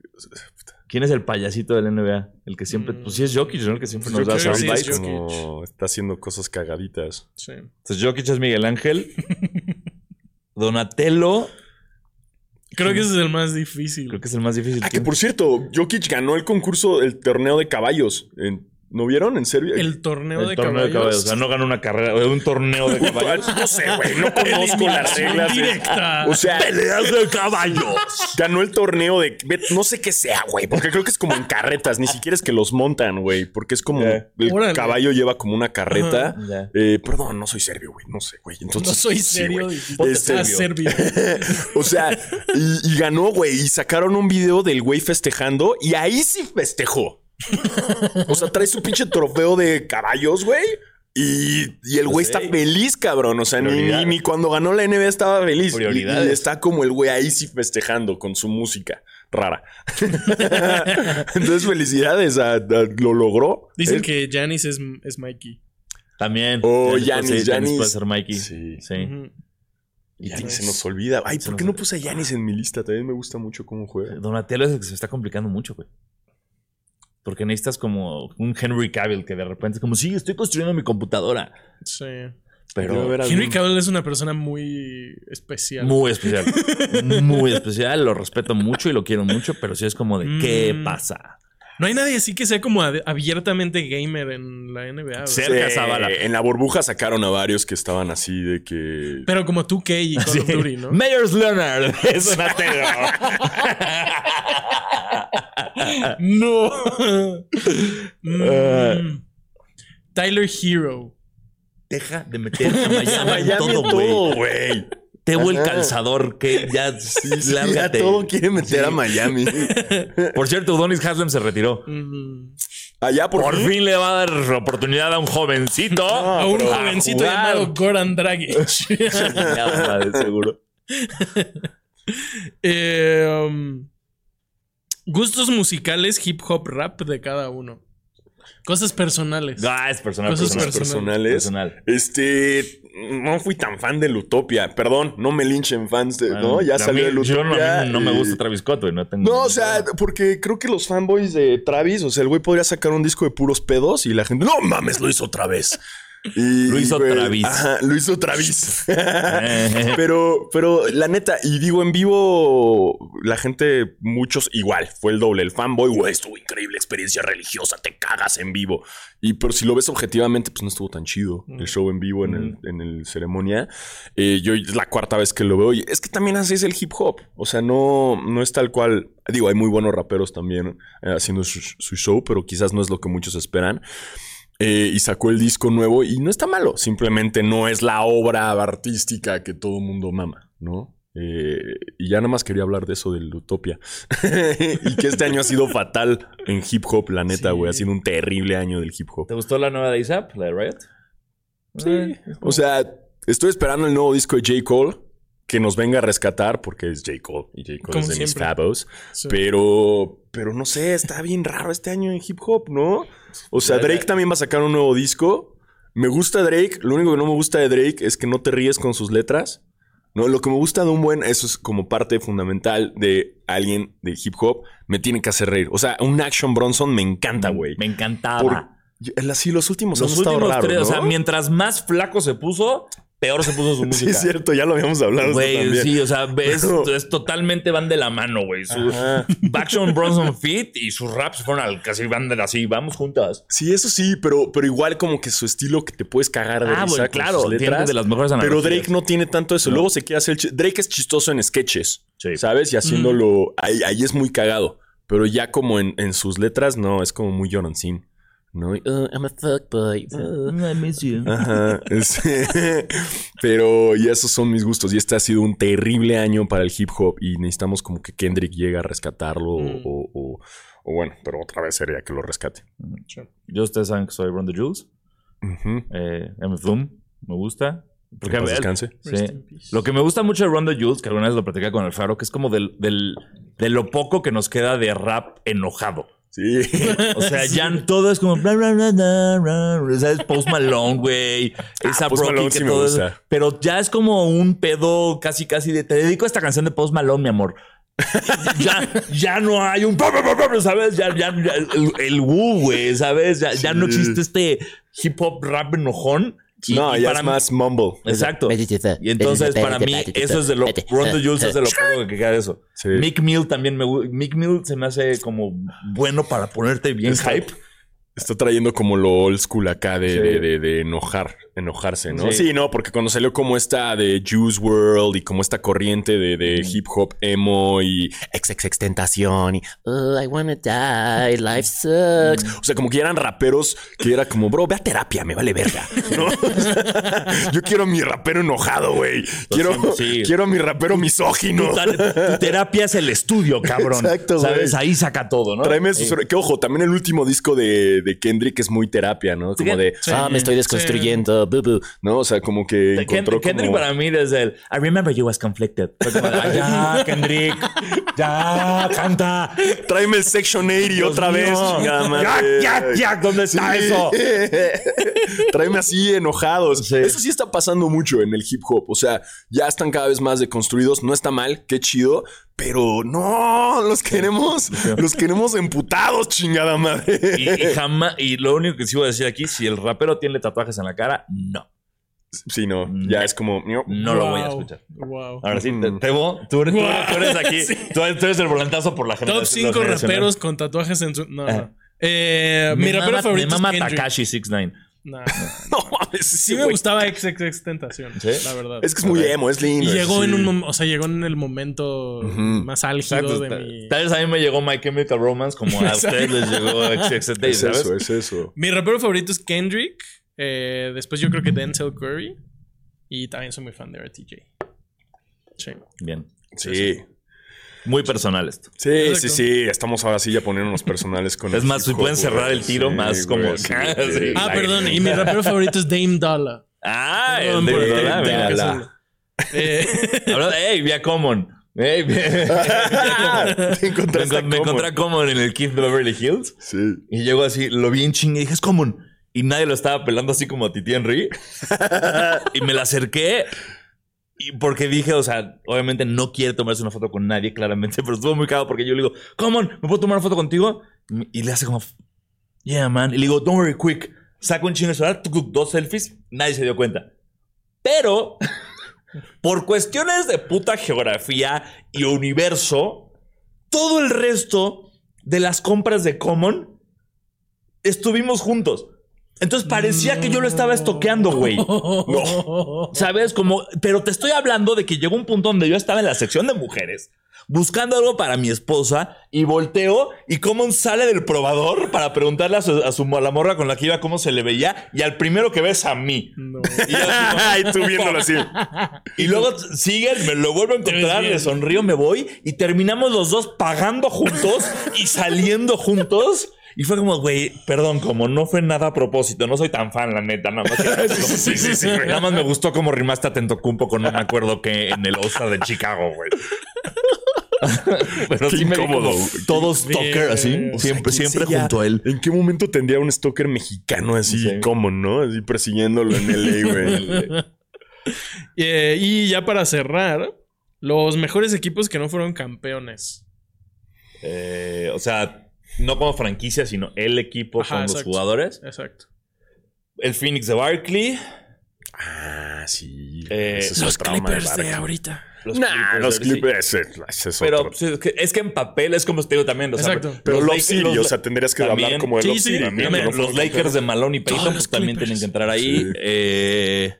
F: ¿Quién es el payasito del NBA? El que siempre.
D: Mm.
F: Pues sí es Jokic, ¿no? El que siempre
D: Yo
F: nos da
D: creo que sí es
F: soundbites.
D: Jokic.
C: como está haciendo cosas cagaditas.
D: Sí.
F: Entonces pues Jokic es Miguel Ángel. Donatello,
D: Creo que ese es el más difícil.
F: creo que es el más difícil.
C: Ah, que
F: ¿Quién?
C: por cierto, Jokic ganó el concurso, el torneo de caballos. En- ¿No vieron? En Serbia.
D: El torneo,
F: El
D: de,
F: torneo de caballos.
D: caballos.
F: O sea, no ganó una carrera, un torneo de caballos.
C: No sé, güey. No conozco las reglas. eh.
D: Directa.
C: O sea,
F: ¡Peleas de caballos!
C: ganó el torneo de. ve- No sé qué sea, güey. Porque creo que es como en carretas. Ni siquiera es que los montan, güey. Porque es como.
F: Ya.
C: El
D: Órale.
C: caballo lleva como una carreta.
F: Ya.
C: Eh, perdón, no soy serbio, güey. No sé, güey. Entonces,
D: no soy
C: sí,
D: serio.
C: güey. Este,
D: dijiste.
C: Ponte
D: Ah,
C: serio.
D: serbio.
C: O sea, y, y ganó, güey. Y sacaron un video del güey festejando y ahí sí festejó. O sea, trae su pinche trofeo de caballos, güey. Y, y el güey está feliz, cabrón. O sea, ni, ni,
F: Prioridades.
C: ni cuando ganó la NBA estaba feliz. Y,
F: Prioridades.
C: y está como el güey ahí sí festejando con su música rara. Entonces, felicidades. a- a- lo logró.
D: Dicen
C: Es-
D: que Janis es, es Mikey.
F: También.
C: Oh,
F: Giannis,
C: Giannis,
F: pues, sí, Giannis
C: Giannis.
F: puede ser Mikey.
C: Sí.
F: Sí.
D: Ujú.
C: Y
D: Giannis.
C: se nos olvida. Ay,
F: Se
C: ¿por
F: nos
C: qué no
F: olvida.
C: puse a Yanis en mi lista? También me gusta mucho cómo juega.
F: Donatello es el que se está complicando mucho, güey. Porque necesitas como un Henry Cavill que de repente es como, sí, estoy construyendo mi computadora.
D: Sí.
C: Debe
F: Pero
C: haber
D: Henry
C: algún-
D: Cavill es una persona muy especial.
F: muy especial. Muy especial. Lo respeto mucho y lo quiero mucho, pero sí es como de, ¿qué
D: Mm.
F: pasa?
D: No hay nadie así que sea como ad- abiertamente gamer en la NBA. ¿verdad?
F: Sí. Cerca,
C: Sí,
F: Zavala.
C: Eh, En la burbuja sacaron a varios que estaban así de que.
D: Pero como tú, K y Call of Duty, ¿no?
F: Mayors Leonard es Donatello.
D: No. Mm.
F: Eh.
D: Tyler Hero.
F: Deja de meter a Miami, en
C: Miami
F: todo,
C: en
F: güey.
C: todo, güey.
F: Tebo el
C: Ajá.
F: calzador, que ya
C: Ya
F: lárgate.
C: todo quiere meter a Miami.
F: Por cierto, Udonis Haslem se retiró.
D: Mm.
C: Allá por,
F: Por fin le va a dar oportunidad a un jovencito.
D: a un
C: pero a
D: jovencito
C: jugar.
D: llamado Goran Dragic.
F: Ya, madre, seguro.
D: Eh, um, gustos musicales, hip hop, rap de cada uno. Cosas personales.
F: Ah, es personal,
D: Cosas
F: personal.
C: personales.
F: Personal.
C: Este. No fui tan fan de Lutopia. Perdón, no me linchen fans de. no, ya
F: A
C: salió
F: mí-
C: el Lutopia.
F: Yo no, a mí no me
C: y-
F: gusta Travis Scott, güey. No, tengo
C: No, o sea, porque creo que los fanboys de Travis, o sea, el güey podría sacar un disco de puros pedos y la gente, no mames, lo hizo otra vez. Y,
F: Lo hizo
C: güey,
F: Travis. Eh.
C: Ajá, lo hizo Travis. pero, pero la neta, y digo, en vivo, la gente, muchos igual, fue el doble. El fanboy, güey, estuvo increíble experiencia religiosa, te cagas en vivo. Y pero si lo ves objetivamente, pues no estuvo tan chido el show en vivo en, el, en el ceremonia. Eh, yo es la cuarta vez que lo veo. Y es que también así es el hip hop. O sea, no, no es tal cual. Digo, hay muy buenos raperos también eh, haciendo su, su show, pero quizás no es lo que muchos esperan. Eh, y sacó el disco nuevo y no está malo. Simplemente no es la obra artística que todo mundo mama, ¿no? Eh, y ya nada más quería hablar de eso del Utopia. y que este año ha sido fatal en hip hop, la neta, güey. Ha sido un terrible año del hip hop.
F: ¿Te gustó la nueva de ASAP, la de Riot?
C: Sí. O sea, estoy esperando el nuevo disco de J. Cole que nos venga a rescatar porque es J. Cole y J. Cole
D: Como
C: es de mis
D: siempre.
C: favos.
D: Sí.
C: Pero, pero no sé, está bien raro este año en hip hop, ¿no? O sea,
F: Ya, ya.
C: Drake también va a sacar un nuevo disco. Me gusta Drake. Lo único que no me gusta de Drake es que no te ríes con sus letras. No, lo que me gusta de un buen, eso es como parte fundamental de alguien de hip hop, me tiene que hacer reír. O sea, un Action Bronson me encanta, güey.
F: Me encantaba.
C: Por- yo- el- Así los últimos
F: Los
C: han estado
F: últimos
C: raros,
F: tres,
C: ¿no?
F: o sea, mientras más flaco se puso, peor se puso su
C: Sí,
F: música.
C: es cierto, ya lo habíamos hablado. esto
F: Güey,
C: también.
F: sí, o sea, es,
C: Pero-
F: es totalmente van de la mano, güey. Su
C: Ajá.
F: Backstreet Bronson Fit y sus raps fueron al, casi van de así, vamos juntas.
C: Sí, eso sí, pero, pero igual como que su estilo que te puedes cagar de
F: Ah,
C: risa
F: bueno,
C: con
F: claro,
C: sus
F: tiene
C: letras.
F: de las mejores
C: pero
F: analogías.
C: Drake no tiene tanto eso.
F: Ah, No.
C: Luego se queda hacer... el chi- Drake es chistoso en sketches,
F: Sí.
C: ¿sabes? Y
F: Mm.
C: haciéndolo... Ahí, ahí es muy cagado. Pero ya como en, en sus letras, no, es como muy lloroncín. ¿no? Y, "Uh, I'm a fuckboy. uh". Ajá. este, pero y esos son mis gustos. Y este ha sido un terrible año para el hip hop. Y necesitamos como que Kendrick llegue a rescatarlo. o-
D: Mm.
C: O, o- o bueno, pero otra vez sería que lo rescate.
F: Yo ustedes saben que soy Ron the Jules.
C: Ujú.
F: Eh, M. Doom, me gusta. Porque
C: Que en paz
F: a ver,
C: descanse.
F: Sí.
D: Rest in peace.
F: Lo que me gusta mucho de Ronda Jules, que alguna vez lo platicé con el Faro, que es como del, del- de lo poco que nos queda de rap enojado.
C: Sí.
F: O sea, ya todo es como. Bla, bla, bla, bla, bla, bla. ¿Sabes? Post Malone, güey. Esa
C: Ah, Post
F: Rocky
C: Malone
F: que
C: sí me
F: todo es-
C: gusta.
F: Pero ya es como un pedo casi, casi de. Te dedico a esta canción de Post Malone, mi amor. ya, ya no hay un. bla, bla, bla, bla, ¿Sabes? Ya, ya, ya- el, el woo, güey. ¿Sabes? Ya, ya no
C: Sí.
F: existe este hip hop rap enojón. Y-
C: no,
F: y
C: ya
F: para
C: es
F: mí-
C: más mumble.
F: Exacto. Y entonces para mí eso es de lo Rondo Jules es de lo poco que queda de eso.
C: Sí.
F: Mick Mill también me gu- Mick Mill se me hace como bueno para ponerte bien
C: Está-
F: hype.
C: Está trayendo como lo old school acá de,
F: Sí.
C: de- de- de enojar, enojarse, ¿no?
F: Sí.
C: Sí. no, porque cuando salió como esta de Juice World y como esta corriente de, de hip hop emo y XXXTentación y "Oh,
G: I wanna die. Life sucks.
C: O sea, como que eran raperos que era como, bro, ve a terapia, me vale verga. ¿no? O sea, yo quiero a mi rapero enojado, güey. Quiero,
F: sí.
C: quiero a mi rapero misógino.
F: Tu, ta- tu terapia es el estudio, cabrón.
C: Exacto, güey.
F: ¿Sabes? Ahí saca todo, ¿no?
C: Tráeme sus- Que ojo, también el último disco de, de Kendrick es muy terapia, ¿no? Como de,
D: Sí,
G: ah, me estoy
D: sí.
G: desconstruyendo. boo, boo.
C: ¿no? O sea, como que
F: Ken-
C: encontró
F: Kendrick
C: como...
F: para mí desde el I remember you was conflicted. Fue como de, "Ah, ya, Kendrick. Ya, canta.
C: Tráeme el Section 80
F: Dios
C: otra
F: mío.
C: vez. chingada
F: Ya,
C: madre.
F: ya, ya. ¿Dónde está
C: Sí.
F: eso?
C: Tráeme así enojados.
F: Sí.
C: Eso sí está pasando mucho en el hip hop. O sea, ya están cada vez más deconstruidos. No está mal, qué chido. Pero no, los queremos, los queremos emputados, chingada madre.
F: Y, y jamás, y lo único que sí voy a decir aquí, si el rapero tiene tatuajes en la cara, no.
C: Sí, no, ya es como.
F: No lo voy a
D: Wow.
F: escuchar.
D: Wow.
B: Ah,
F: Ahora sí,
C: Mm.
F: Te- Tebo, tú eres, tú eres- tú eres aquí. Tú, eres, tú eres el volantazo por la
D: Top
F: generación.
D: 5
F: la generación.
D: raperos con tatuajes en su. No,
F: Ajá.
D: no. Eh,
F: Me
D: mi rapero
F: mama-
D: favorito
F: Me mama
D: es Kendrick.
F: Takashi 69.
D: No, no.
C: No mames,
D: Sí me gustaba XXX Tentación,
F: ¿Sí?
D: la verdad.
C: Es que es muy emo, es lindo.
D: y llegó
C: sí.
D: en un mom- o sea, llegó en el momento más álgido
F: Exacto.
D: de
F: Tal
D: mi.
F: tal vez a mí me llegó My Chemical Romance como a ustedes les llegó XXX Days,
C: Es
F: ¿sabes?
C: eso, es eso.
D: Mi rapero favorito es Kendrick. eh, después yo creo que Denzel Curry. Y también soy muy fan de RTJ. Sí.
F: Bien.
C: Sí.
F: Muy personal esto.
C: Sí,
D: Exacto.
C: sí, sí. Estamos ahora sí ya poniéndonos personales con
F: Es
C: el
F: más, si
C: hip hop,
F: pueden cerrar
C: güey.
F: el tiro,
C: Sí,
F: más
C: güey,
F: como.
C: sí,
F: Ah,
C: sí.
F: sí.
D: Ah, perdón. Y mi rapero favorito es Dame Dollar.
F: Ah, el
D: Perdón
F: de
D: por- tengo
F: Dora,
D: que
F: mira.
D: hacerlo. Eh,
F: Hablando- ¡Ey, vi a Common! ¡Ey! vi-
C: Ah, Te encontraste
F: Me encon- me
C: cómodo.
F: encontré a Common en el Keith de Beverly Hills.
C: Sí.
F: Y llegó así, lo vi en chinga y dije, es común. Y nadie lo estaba pelando así como a Titi Henry. y me la acerqué. Y porque dije, o sea, obviamente no quiere tomarse una foto con nadie, claramente, pero estuvo muy cagado porque yo le digo, Common, ¿me puedo tomar una foto contigo? Y le hace como, yeah, man. Y le digo, don't worry, quick. Saco un chingo de celular, tuc, dos selfies, nadie se dio cuenta. Pero, por cuestiones de puta geografía y universo, todo el resto de las compras de Common estuvimos juntos. Entonces parecía que yo lo estaba estoqueando, güey. ¿Sabes? Como, pero te estoy hablando de que llegó un punto donde yo estaba en la sección de mujeres. buscando algo para mi esposa y volteo y Common sale del probador para preguntarle a su, a su- a la morra con la que iba cómo se le veía y al primero que ves a mí.
D: No.
F: Y, yo así como-
C: Ay, tú viéndolo así.
F: y luego siguen, me lo vuelvo a encontrar,
D: bien.
F: le sonrío, me voy y terminamos los dos pagando juntos y saliendo juntos. Y fue como, güey, perdón, como no fue nada a propósito, no soy tan fan, la neta, nada más. que-
D: sí, sí, sí.
F: Nada más me gustó cómo rimaste a Tentocumpo con no me acuerdo que en el All-Star de Chicago, güey. Pero
C: Qué
F: sí me vi
C: incómodo,
F: como
C: güey.
F: Todos
D: Verga,
F: stalker así,
D: güey. O sea,
G: ¿quién
F: siempre, siempre
G: sería?
F: junto a él.
C: ¿En qué momento tendría un stalker mexicano así,
F: Sí.
C: como, no? Así persiguiéndolo en LA, güey.
D: Eh, y ya para cerrar, los mejores equipos que no fueron campeones.
F: Eh, o sea, no como franquicia, sino el equipo
D: Ajá,
F: con los
D: exacto.
F: jugadores.
D: Exacto.
F: El Phoenix de Barkley.
C: ah, sí.
F: Eh,
C: Ese es el trauma Barca.
D: ahorita.
F: Los
C: Nah, los
F: sí.
C: Clippers. ese- ese es
F: Pero
C: otro.
F: pues, es, que, es que en papel es como te digo también. O sea,
D: Exacto.
F: los
C: Pero Love
F: Lakers-
C: City,
F: los-
C: o sea, tendrías que
F: también-
C: hablar como de
D: sí,
C: Love
D: sí,
C: City.
D: también,
C: que
F: también
C: no
F: los
C: fueron
F: Lakers de Malone y Payton
D: Todos
F: pues,
D: los
F: también tienen
D: Clippers.
F: que entrar ahí.
C: Sí.
F: Eh,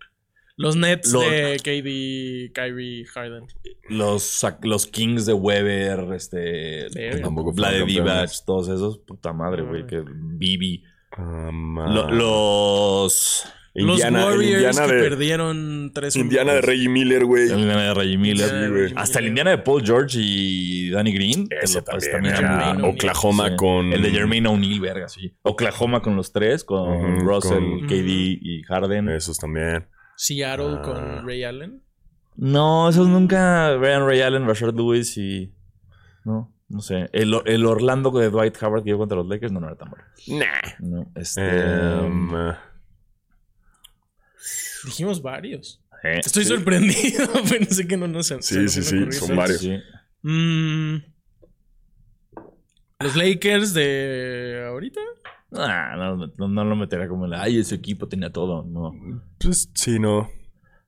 D: Los Nets
F: Los-
D: de KD, Kyrie, Harden.
F: los, sac- los Kings de Weber, este.
D: Verga. Ah.
C: Tampoco
F: La de
C: fueron
F: Divac,
C: campeones.
F: todos esos. Puta madre,
D: No,
F: güey.
D: güey.
F: Que Bibi.
C: Ah,
F: Lo-
C: ma.
F: los.
C: Indiana,
D: los
C: el
D: Warriors
C: Indiana
D: que
C: de,
D: perdieron tres
C: Indiana de Reggie Miller, güey.
F: El Indiana de Reggie Miller.
D: Indiana de
C: Sí, güey.
D: Reggie
F: Hasta el
D: Miller.
F: Indiana de Paul George y Danny Green. que
C: Ese
F: lo- pues,
C: también
F: también
C: era
F: Jermaine O'Neal.
C: Oklahoma
F: Sí.
C: con-
F: El de Jermaine O'Neal, verga, sí. Oklahoma con los tres, con
C: Ujú,
F: Russell,
C: con-
F: KD y Harden.
C: Esos también.
D: Seattle
C: Ah.
D: con Ray Allen.
F: No, esos nunca. Brian Ray Allen, Rashard Lewis y. No, no sé. El, el Orlando de Dwight Howard que iba contra los Lakers no, no era tan bueno.
C: Nah.
F: No, este.
C: Em,
D: Dijimos varios.
F: eh,
D: Estoy
F: sí,
D: sorprendido. Pensé que no nos se
C: Sí,
D: se nos
C: sí,
D: iba a
C: sí,
D: ocurrir.
C: son varios.
F: sí.
D: Mm. los Lakers de ahorita.
F: Ah, no, no, no lo metería como el. Ay, ese equipo tenía todo. No.
C: pues sí, no.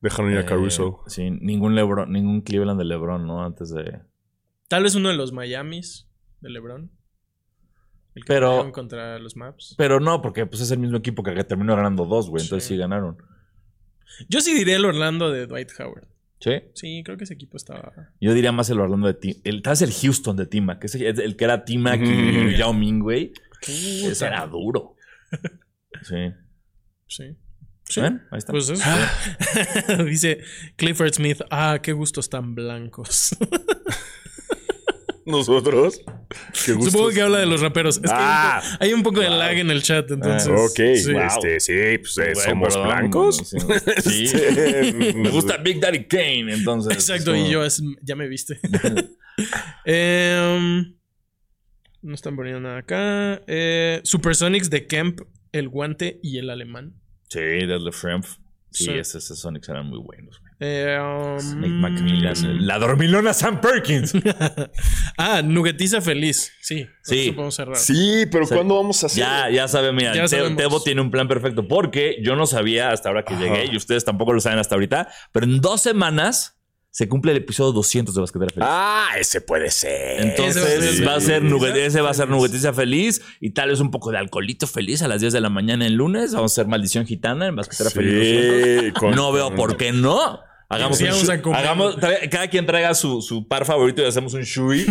C: Dejaron ir a
F: Eh,
C: Caruso.
F: sí, ningún Lebron, ningún Cleveland de Lebron, ¿no? Antes de.
D: Tal vez uno de los Miamis de LeBron. El que
F: Pero-
D: perdieron contra los Maps.
F: Pero no, porque pues es el mismo equipo que terminó ganando dos, güey. Entonces
D: Sí.
F: sí ganaron.
D: Yo sí diría el Orlando de Dwight Howard.
F: Sí.
D: Sí, creo que ese equipo estaba.
F: Yo diría más el Orlando de Tim. El, tal vez el Houston de Tima, que es el, el que era Tima
C: Mm.
F: y Yao Ming, güey. Ese
D: Puta.
F: era duro. Sí.
D: Sí. Sí.
F: ¿Ven? Ahí está.
D: Pues eso. Dice Clifford Smith, ah, qué gustos tan blancos.
F: Eh,
C: Nosotros. Qué gusto.
D: Supongo que habla de los raperos. Es que
C: Ah.
D: hay un po- hay un poco de lag en el chat, entonces.
F: Ah,
C: Ok,
D: sí.
C: este, sí, pues eh,
F: Güey,
C: somos
F: perdón.
C: blancos.
F: Sí. Sí. Me gusta Big Daddy Kane, entonces.
D: Exacto,
F: es
D: y
F: como-
D: yo es- ya me viste. Em, no están poniendo nada acá. Eh, Supersonics de Kemp, el guante y el alemán.
F: Sí, Deadlift Shrimp. Sí,
D: Sí.
F: esos esos Sonics eran muy buenos, güey.
D: Eh, um,
F: Nick McMillan,
D: Mm.
F: la dormilona Sam Perkins.
D: ah, Nugetiza Feliz. Sí, con
F: Sí.
D: eso podemos cerrar.
C: Sí, pero ¿cuándo vamos a hacer?
F: Ya, Ah, ya saben, mira,
D: Ya
F: Te-
D: sabemos.
F: Tebo tiene un plan perfecto porque yo no sabía hasta ahora que
C: Ajá.
F: llegué y ustedes tampoco lo saben hasta ahorita, pero en dos semanas se cumple el episodio 200 de Basquetera Feliz.
C: Ah, ese puede ser.
F: Entonces
D: Ese
F: va a ser
D: Nugetiza
F: nugue- ese va a ser
D: Feliz.
F: nugetiza feliz y tal vez un poco de alcoholito feliz a las 10 de la mañana el lunes. Vamos a hacer maldición gitana en basquetera feliz.
C: Sí, con-
F: No veo por qué no. Hagamos,
D: Sí,
F: un
D: vamos
F: shu-
D: a comer.
F: hagamos- tra- cada quien traiga su, su par favorito y hacemos un shui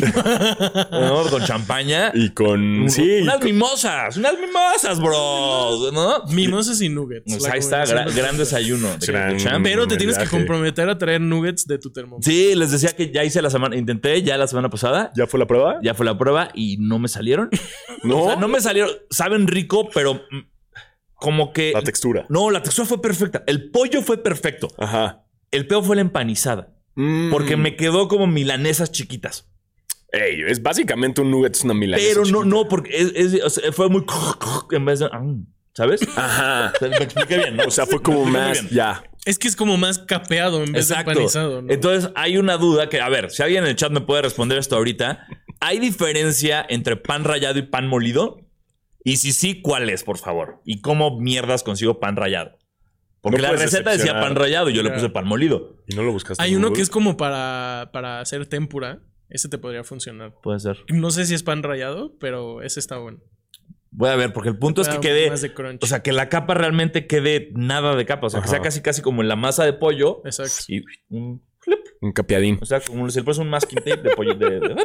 F: ¿no? con champaña.
C: Y con.
F: Un-
C: Sí.
F: Unas mimosas, unas mimosas, bro. ¿no?
D: Mimosas y nuggets.
F: Pues
D: la
F: ahí está, gra-
D: combinación
F: gran,
D: perfecta.
F: desayuno. de
C: Gran-
F: Champ.
D: Pero te
C: Mm,
D: tienes que
C: viaje.
D: comprometer a traer nuggets de tu termómetro.
F: Sí, les decía que ya hice la semana, intenté ya la semana pasada,
C: ¿Ya fue la prueba?
F: ya fue la prueba y no me salieron.
C: No.
F: O sea, no me salieron, saben rico, pero mm, como que...
C: La textura.
F: no, la textura fue perfecta. El pollo fue perfecto.
C: Ajá. Mm.
F: El peor fue la empanizada. Porque me quedó como milanesas chiquitas.
C: Ey, es básicamente un nugget, es una milanesa.
F: pero no,
C: chiquita.
F: no, porque es- es- o sea, fue muy... En vez de... ah, ¿Sabes?
C: Ajá.
F: O sea, Me expliqué bien, ¿no?
C: O sea, fue como
F: Me
C: más.
F: expliqué muy bien.
C: Ya.
D: Es que es como más capeado en vez de empanizado. ¿no?
F: Entonces hay una duda que, a ver, si alguien en el chat me puede responder esto ahorita, ¿hay diferencia entre pan rallado y pan molido? Y si sí, ¿cuál es, por favor? ¿Y cómo mierdas consigo pan rallado? Porque
C: No
F: la
C: puedes
F: receta decía
C: decepcionar.
F: pan rallado y yo le
D: Claro.
F: puse pan molido.
C: Y no lo buscaste.
D: Hay uno que es como para, para hacer tempura. Ese te podría funcionar.
F: Puede ser.
D: No sé si es pan rallado, pero ese está bueno.
F: Voy a ver, porque el punto es
D: Da
F: que
D: un
F: quede.
D: Más de crunch.
F: O sea, que la capa realmente quede nada de capa. O sea, que
C: Ajá.
F: sea casi, casi como en la masa de pollo.
D: Exacto.
F: Y un
C: Un capiadín.
F: O sea, como si le pones un masking tape de pollo. De, de-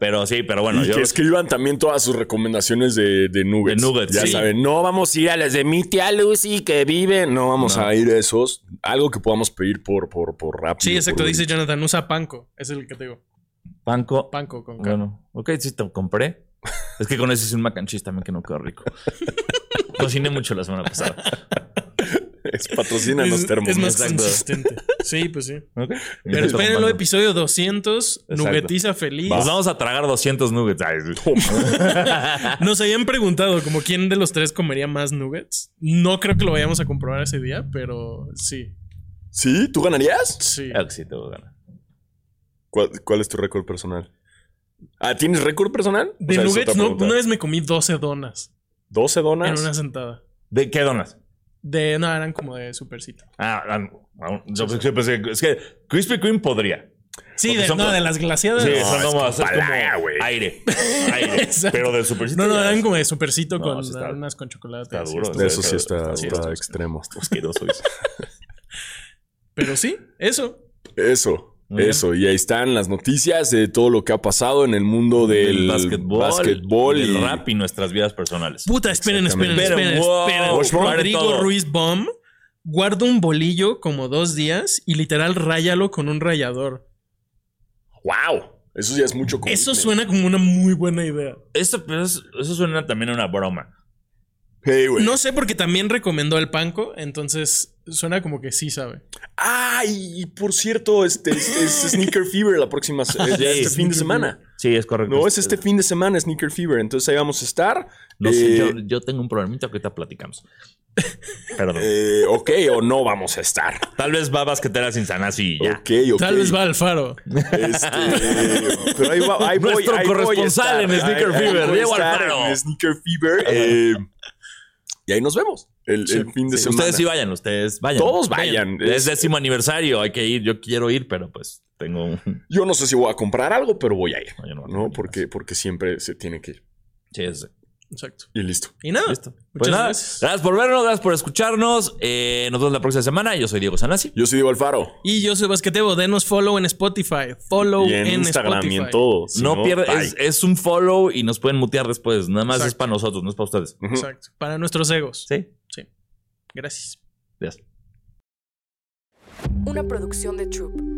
F: Pero sí, pero bueno,
C: y
F: yo.
C: que escriban también todas sus recomendaciones de, de Nuggets.
F: De Nuggets,
C: Ya
F: sí.
C: saben, no vamos a ir a las de mi tía Lucy que vive. No vamos a ir a esos. Algo que podamos pedir por, por, por rápido.
D: Sí, exacto.
C: por-
D: Dice Jonathan, usa Panko. Es el que te digo.
F: Panko. Mm,
D: Panko con K.
F: Bueno, ok, sí, te compré. Es que con ese hice un mac and cheese también que no quedó rico. Cociné mucho la semana pasada.
C: Es patrocina los
D: es,
C: termos.
D: es más
F: exacto.
D: consistente. Sí, pues sí.
F: Ok.
D: Pero
F: Intento
D: espérenlo,
F: comprarlo.
D: episodio 200,
F: Exacto.
D: Nuggetiza Feliz.
F: Nos vamos a tragar 200 nuggets. Ay,
D: Nos habían preguntado como quién de los tres comería más nuggets. No creo que lo vayamos a comprobar ese día, pero sí.
C: ¿Sí? ¿Tú ganarías?
D: Sí.
F: claro que sí, te voy a ganar.
C: ¿Cuál, cuál es tu récord personal? Ah, ¿tienes récord personal? O
D: De
C: sea, es
D: nuggets,
C: otra
D: no,
C: pregunta.
D: una vez me comí 12 donas
C: 12
D: en
C: donas.
D: una sentada.
F: ¿De qué donas?
D: De, no, eran como de supercito.
F: Ah, ah, ah, yo pensé- pensé- es que Krispy Kreme podría.
D: Sí,
F: Porque
D: de,
F: son
D: no,
F: co-
D: de las glaciadas.
F: Sí,
D: no.
F: son
C: es
F: como,
C: que
F: es como
C: palaga, güey.
F: aire. aire.
D: Exacto.
F: Pero del supercito.
D: No, no,
F: ya
D: eran
F: es
D: como de supercito
F: No,
D: con
F: sí está-
D: unas con chocolate.
F: está
D: así,
F: duro,
D: esto.
F: de
C: Eso sí está,
F: Sí,
C: está
F: está-
C: extremo.
F: asqueroso eso.
D: Pero sí, eso.
C: Eso,
F: Muy bien.
C: eso. Y ahí están las noticias de todo lo que ha pasado en el mundo del,
F: El básquetbol,
C: básquetbol
F: el
C: y-
F: rap y nuestras vidas personales.
D: Puta, esperen, esperen,
C: Exactamente.
D: esperen,
F: Pero,
D: esperen.
F: wow, Rush Bomb.
D: Rodrigo
F: Todo.
D: Ruiz Bomb guarda un bolillo como dos días y literal ráyalo con un rayador.
C: ¡Wow! Eso ya es mucho commitment.
D: Eso suena como una muy buena idea.
F: Eso, pero es- eso suena también a una broma.
C: Hey, güey.
D: No sé porque también recomendó el panco, entonces suena como que sí sabe.
C: ¡Ay! y por cierto, este es, es Sneaker Fever la próxima. es este fin de semana.
F: Sí, es correcto.
C: No, es este fin de semana Sneaker Fever. Entonces ahí vamos a estar.
F: No sé,
C: Eh,
F: yo, yo tengo un problemita que ahorita platicamos. Perdón.
C: eh, ok, o no vamos a estar.
F: Tal vez va a basquetera sin Sanasi y ya.
C: Ok, ok.
D: Tal vez va al faro.
C: Este, pero ahí va- ahí voy-
F: Nuestro
C: ahí voy a
F: corresponsal en
C: estar.
F: Sneaker
C: Ahí- ahí
F: Fever,
C: voy a
F: Diego
C: estar
F: Alfaro.
C: en Sneaker Fever. eh, y ahí nos vemos el, el fin de
F: Sí,
C: semana.
F: Ustedes sí vayan, ustedes vayan.
C: Todos vayan.
F: Es
C: Es-
F: décimo aniversario, hay que ir. Yo quiero ir, pero pues tengo un.
C: Yo no sé si voy a comprar algo, pero voy a ir.
F: No, yo no.
C: No, porque, porque siempre se tiene que ir.
F: Sí, es-
D: Exacto.
C: Y listo.
D: Y nada.
F: Listo.
C: Ah,
D: Muchas
F: Pues nada,
D: gracias.
F: gracias. por vernos, gracias por escucharnos. Eh, nos vemos la próxima semana. Yo soy Diego Sanasi.
C: Yo soy Diego Alfaro.
D: Y yo soy Basquetebo. Denos follow en Spotify. Follow
C: y en, Instagram
D: Spotify.
C: y en todo. Si
F: no pierdas,
C: bye.
F: es, es un follow y nos pueden mutear después. Nada más
D: Exacto.
F: es para nosotros, no es para ustedes.
C: Ujú.
D: Exacto. Para nuestros egos.
F: Sí,
D: Gracias.
F: gracias.
A: Una producción de Troop.